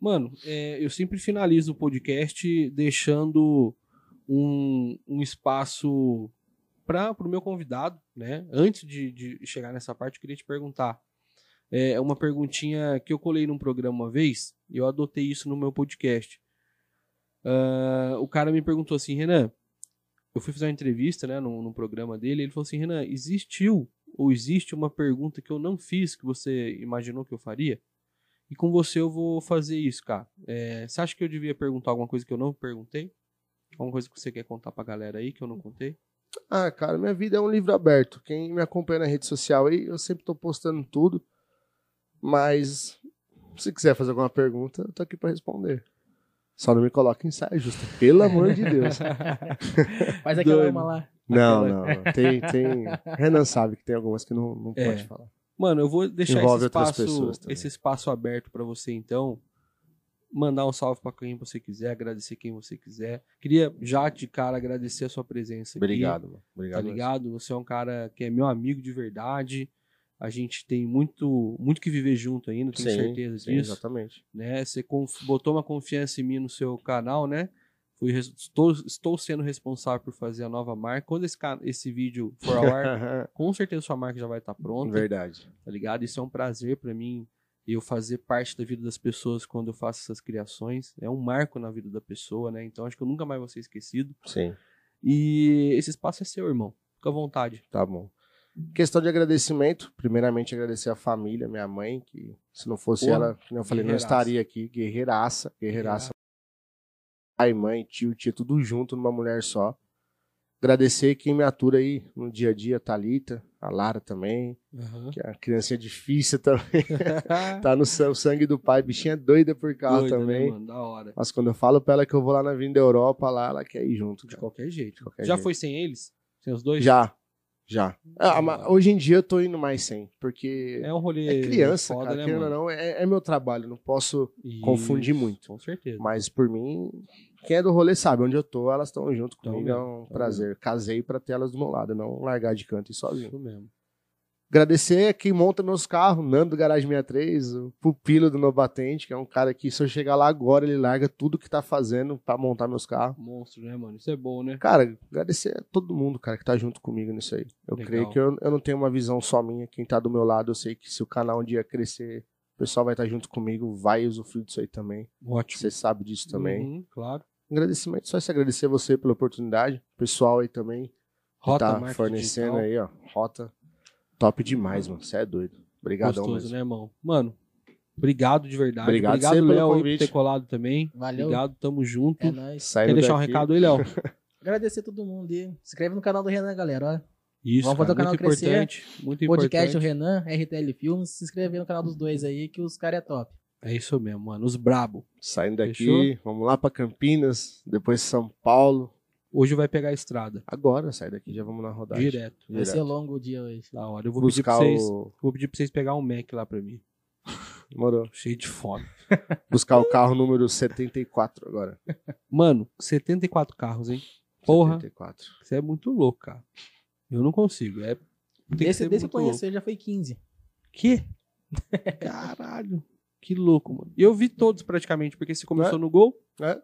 Speaker 1: Mano, é, eu sempre finalizo o podcast deixando um, um espaço para o meu convidado, né? Antes de, de chegar nessa parte, eu queria te perguntar. É uma perguntinha que eu colei num programa uma vez e eu adotei isso no meu podcast. Ah, o cara me perguntou assim, Renan, eu fui fazer uma entrevista, né, num, num programa dele, ele falou assim, Renan, existiu ou existe uma pergunta que eu não fiz que você imaginou que eu faria? E com você eu vou fazer isso, cara. É, você acha que eu devia perguntar alguma coisa que eu não perguntei? Alguma coisa que você quer contar pra galera aí que eu não contei?
Speaker 2: Ah, cara, minha vida é um livro aberto. Quem me acompanha na rede social aí, eu sempre tô postando tudo. Mas se quiser fazer alguma pergunta, eu tô aqui pra responder. Só não me coloca em saia justa, pelo amor de
Speaker 3: <laughs>
Speaker 2: Deus.
Speaker 1: <laughs>
Speaker 3: Faz aquela
Speaker 1: Doido.
Speaker 3: uma é lá.
Speaker 2: não, não, não. Tem, tem. Renan sabe que tem algumas que não, não
Speaker 1: É.
Speaker 2: pode falar.
Speaker 1: Mano, eu vou deixar esse
Speaker 2: Envolve outras
Speaker 1: espaço,
Speaker 2: pessoas também.
Speaker 1: esse espaço aberto pra você, então. Mandar um salve pra quem você quiser, agradecer quem você quiser. Queria já de cara agradecer a sua presença aqui.
Speaker 2: Obrigado, mano. Obrigado.
Speaker 1: tá ligado? Você é um cara que é meu amigo de verdade. A gente tem muito, muito que viver junto ainda, tenho
Speaker 2: Sim,
Speaker 1: certeza
Speaker 2: sim,
Speaker 1: disso.
Speaker 2: Exatamente.
Speaker 1: né? Você conf- botou uma confiança em mim no seu canal, né? Fui res- estou, estou sendo responsável por fazer a nova marca. Quando esse, ca- esse vídeo for ao
Speaker 2: <laughs>
Speaker 1: ar, com certeza sua marca já vai estar pronta,
Speaker 2: Verdade.
Speaker 1: tá ligado? Isso é um prazer pra mim, eu fazer parte da vida das pessoas quando eu faço essas criações. É um marco na vida da pessoa, né? Então acho que eu nunca mais vou ser esquecido.
Speaker 2: Sim.
Speaker 1: E esse espaço é seu, irmão. Fica à vontade.
Speaker 2: Tá bom. Questão de agradecimento, primeiramente agradecer a família, minha mãe, que se não fosse
Speaker 1: Porra,
Speaker 2: ela, que nem eu falei, não
Speaker 1: guerreiraça.
Speaker 2: estaria aqui, guerreiraça, guerreiraça. Pai, mãe, tio, tia, tudo junto numa mulher só. Agradecer quem me atura aí no dia a dia, a Thalita, a Lara também,
Speaker 1: Aham.
Speaker 2: que é uma criancinha difícil também. <laughs> tá no sa- o sangue do pai, bichinha doida por carro
Speaker 1: Doido, né,
Speaker 2: também.
Speaker 1: mano? Da hora.
Speaker 2: Mas quando eu falo pra ela que eu vou lá na Avenida Europa, lá ela quer ir junto.
Speaker 1: De
Speaker 2: cara.
Speaker 1: qualquer jeito.
Speaker 2: qualquer
Speaker 1: Já
Speaker 2: jeito.
Speaker 1: foi sem eles? Sem os dois?
Speaker 2: Já, já. Ah,
Speaker 1: Da
Speaker 2: mas
Speaker 1: hora.
Speaker 2: hoje em dia eu tô indo mais sem, porque
Speaker 1: É um rolê.
Speaker 2: é criança,
Speaker 1: foda,
Speaker 2: cara.
Speaker 1: né,
Speaker 2: querendo ou
Speaker 1: mano?
Speaker 2: não, é, é meu trabalho, não posso.
Speaker 1: Isso,
Speaker 2: confunde muito.
Speaker 1: Com certeza.
Speaker 2: Mas por mim, quem é do rolê sabe, onde eu tô, elas estão junto
Speaker 1: Tão
Speaker 2: comigo, é
Speaker 1: mesmo,
Speaker 2: um
Speaker 1: tão
Speaker 2: prazer. Casei pra ter elas do meu lado, não largar de canto e ir sozinho.
Speaker 1: Isso mesmo.
Speaker 2: Agradecer a quem monta meus carros, Nando do Garagem 63, o pupilo do meu batente, que é um cara que se eu chegar lá agora, ele larga tudo que tá fazendo pra montar meus carros.
Speaker 1: Monstro, né, mano? Isso é bom, né?
Speaker 2: Cara, agradecer a todo mundo, cara, que tá junto comigo nisso aí. Eu
Speaker 1: Legal.
Speaker 2: creio que eu, eu não tenho uma visão só minha. Quem tá do meu lado, eu sei que se o canal um dia crescer, o pessoal vai estar junto comigo, vai usufruir disso aí também.
Speaker 1: Ótimo.
Speaker 2: Você sabe disso também. Tá
Speaker 1: Uhum, claro.
Speaker 2: Agradecimento, só se agradecer você pela oportunidade. O pessoal aí também que
Speaker 1: Rota
Speaker 2: tá
Speaker 1: marketing digital.
Speaker 2: fornecendo aí, ó. Rota. Top demais, mano. Você é doido. Obrigadão
Speaker 1: Gostoso,
Speaker 2: mesmo.
Speaker 1: né, irmão? Mano, obrigado de verdade.
Speaker 2: Obrigado
Speaker 1: obrigado
Speaker 2: você pelo
Speaker 1: Léo, aí, por
Speaker 2: convite.
Speaker 1: ter colado também.
Speaker 3: Valeu.
Speaker 1: Obrigado, tamo junto.
Speaker 3: É nóis.
Speaker 2: Saindo
Speaker 1: Quer deixar um
Speaker 2: daqui-
Speaker 1: recado
Speaker 2: <laughs>
Speaker 1: aí, Léo?
Speaker 3: Agradecer todo mundo aí. Se inscreve no canal do Renan, galera. Ó.
Speaker 1: Isso,
Speaker 3: Vamos fazer
Speaker 1: cara,
Speaker 3: o canal
Speaker 1: muito
Speaker 3: crescer.
Speaker 1: importante. Muito
Speaker 3: Podcast do
Speaker 1: importante.
Speaker 3: Renan, RTL Filmes. Se inscrever no canal dos dois aí, que os caras é top.
Speaker 1: É isso mesmo, mano. Os brabo.
Speaker 2: Saindo daqui,
Speaker 1: Fechou?
Speaker 2: vamos lá pra Campinas, depois São Paulo.
Speaker 1: Hoje vai pegar a estrada.
Speaker 2: Agora, sai daqui, já vamos na rodada.
Speaker 1: Direto.
Speaker 3: Vai
Speaker 2: Direto.
Speaker 3: ser longo o dia hoje.
Speaker 1: Da hora. Eu vou pedir, pra
Speaker 2: buscar
Speaker 1: vocês,
Speaker 2: o.
Speaker 1: vou pedir pra vocês pegar um Mac lá pra mim.
Speaker 2: Demorou.
Speaker 1: Cheio de fome.
Speaker 2: Buscar
Speaker 1: Uhum.
Speaker 2: o carro número 74 agora.
Speaker 1: Mano, 74 carros, hein? Porra,
Speaker 2: 74.
Speaker 1: você é muito louco, cara. Eu não consigo. É... Tem que
Speaker 3: Desse,
Speaker 1: ser
Speaker 3: desse eu
Speaker 1: muito
Speaker 3: conheço, ele já foi 15.
Speaker 1: Que? <laughs> Caralho. Que louco, mano. E eu vi todos praticamente, porque se começou no gol.
Speaker 2: É.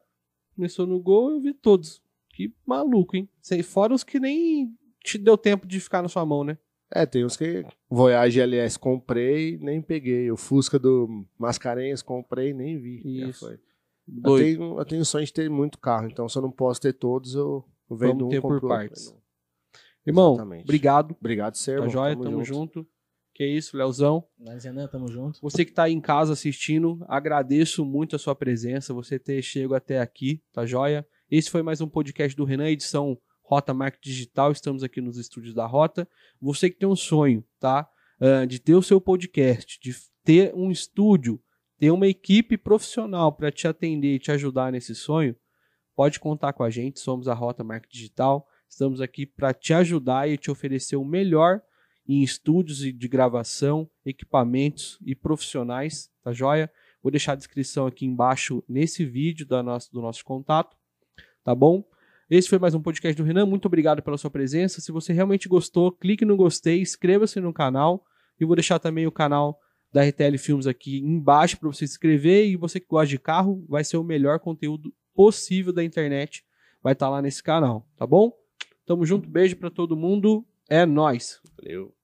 Speaker 1: Começou no gol, eu vi todos. Que maluco, hein? Sei, fora os que nem te deu tempo de ficar na sua mão, né?
Speaker 2: É, tem uns que Voyage LS comprei, nem peguei. O Fusca do Mascarenhas comprei, nem vi. Já
Speaker 1: Isso.
Speaker 2: foi. Eu,
Speaker 1: Dois.
Speaker 2: tenho, eu tenho sonho de ter muito carro, então se eu não posso ter todos, eu vendo
Speaker 1: Vamos
Speaker 2: um
Speaker 1: ter por
Speaker 2: compro outro.
Speaker 1: partes. Irmão,
Speaker 2: Exatamente.
Speaker 1: obrigado.
Speaker 2: Obrigado, ser,
Speaker 1: Tá
Speaker 2: irmão.
Speaker 1: joia, tamo, junto. Que isso, Leozão.
Speaker 3: Mas, Renan, tamo junto.
Speaker 1: Você que tá aí em casa assistindo, agradeço muito a sua presença, você ter chego até aqui, tá joia? Esse foi mais um podcast do Renan, edição Rota Marketing Digital. Estamos aqui nos estúdios da Rota. Você que tem um sonho, tá? Ah, de ter o seu podcast, de ter um estúdio, ter uma equipe profissional para te atender e te ajudar nesse sonho, pode contar com a gente. Somos a Rota Marketing Digital. Estamos aqui para te ajudar e te oferecer o melhor em estúdios e de gravação, equipamentos e profissionais, tá joia? Vou deixar a descrição aqui embaixo nesse vídeo da nossa, do nosso contato, tá bom? Esse foi mais um podcast do Renan. Muito obrigado pela sua presença. Se você realmente gostou, clique no gostei, inscreva-se no canal e vou deixar também o canal da RTL Filmes aqui embaixo para você se inscrever. E você que gosta de carro, vai ser o melhor conteúdo possível da internet. tá Vai estar lá nesse canal, tá bom? Tamo junto, beijo para todo mundo. É nóis.
Speaker 2: Valeu.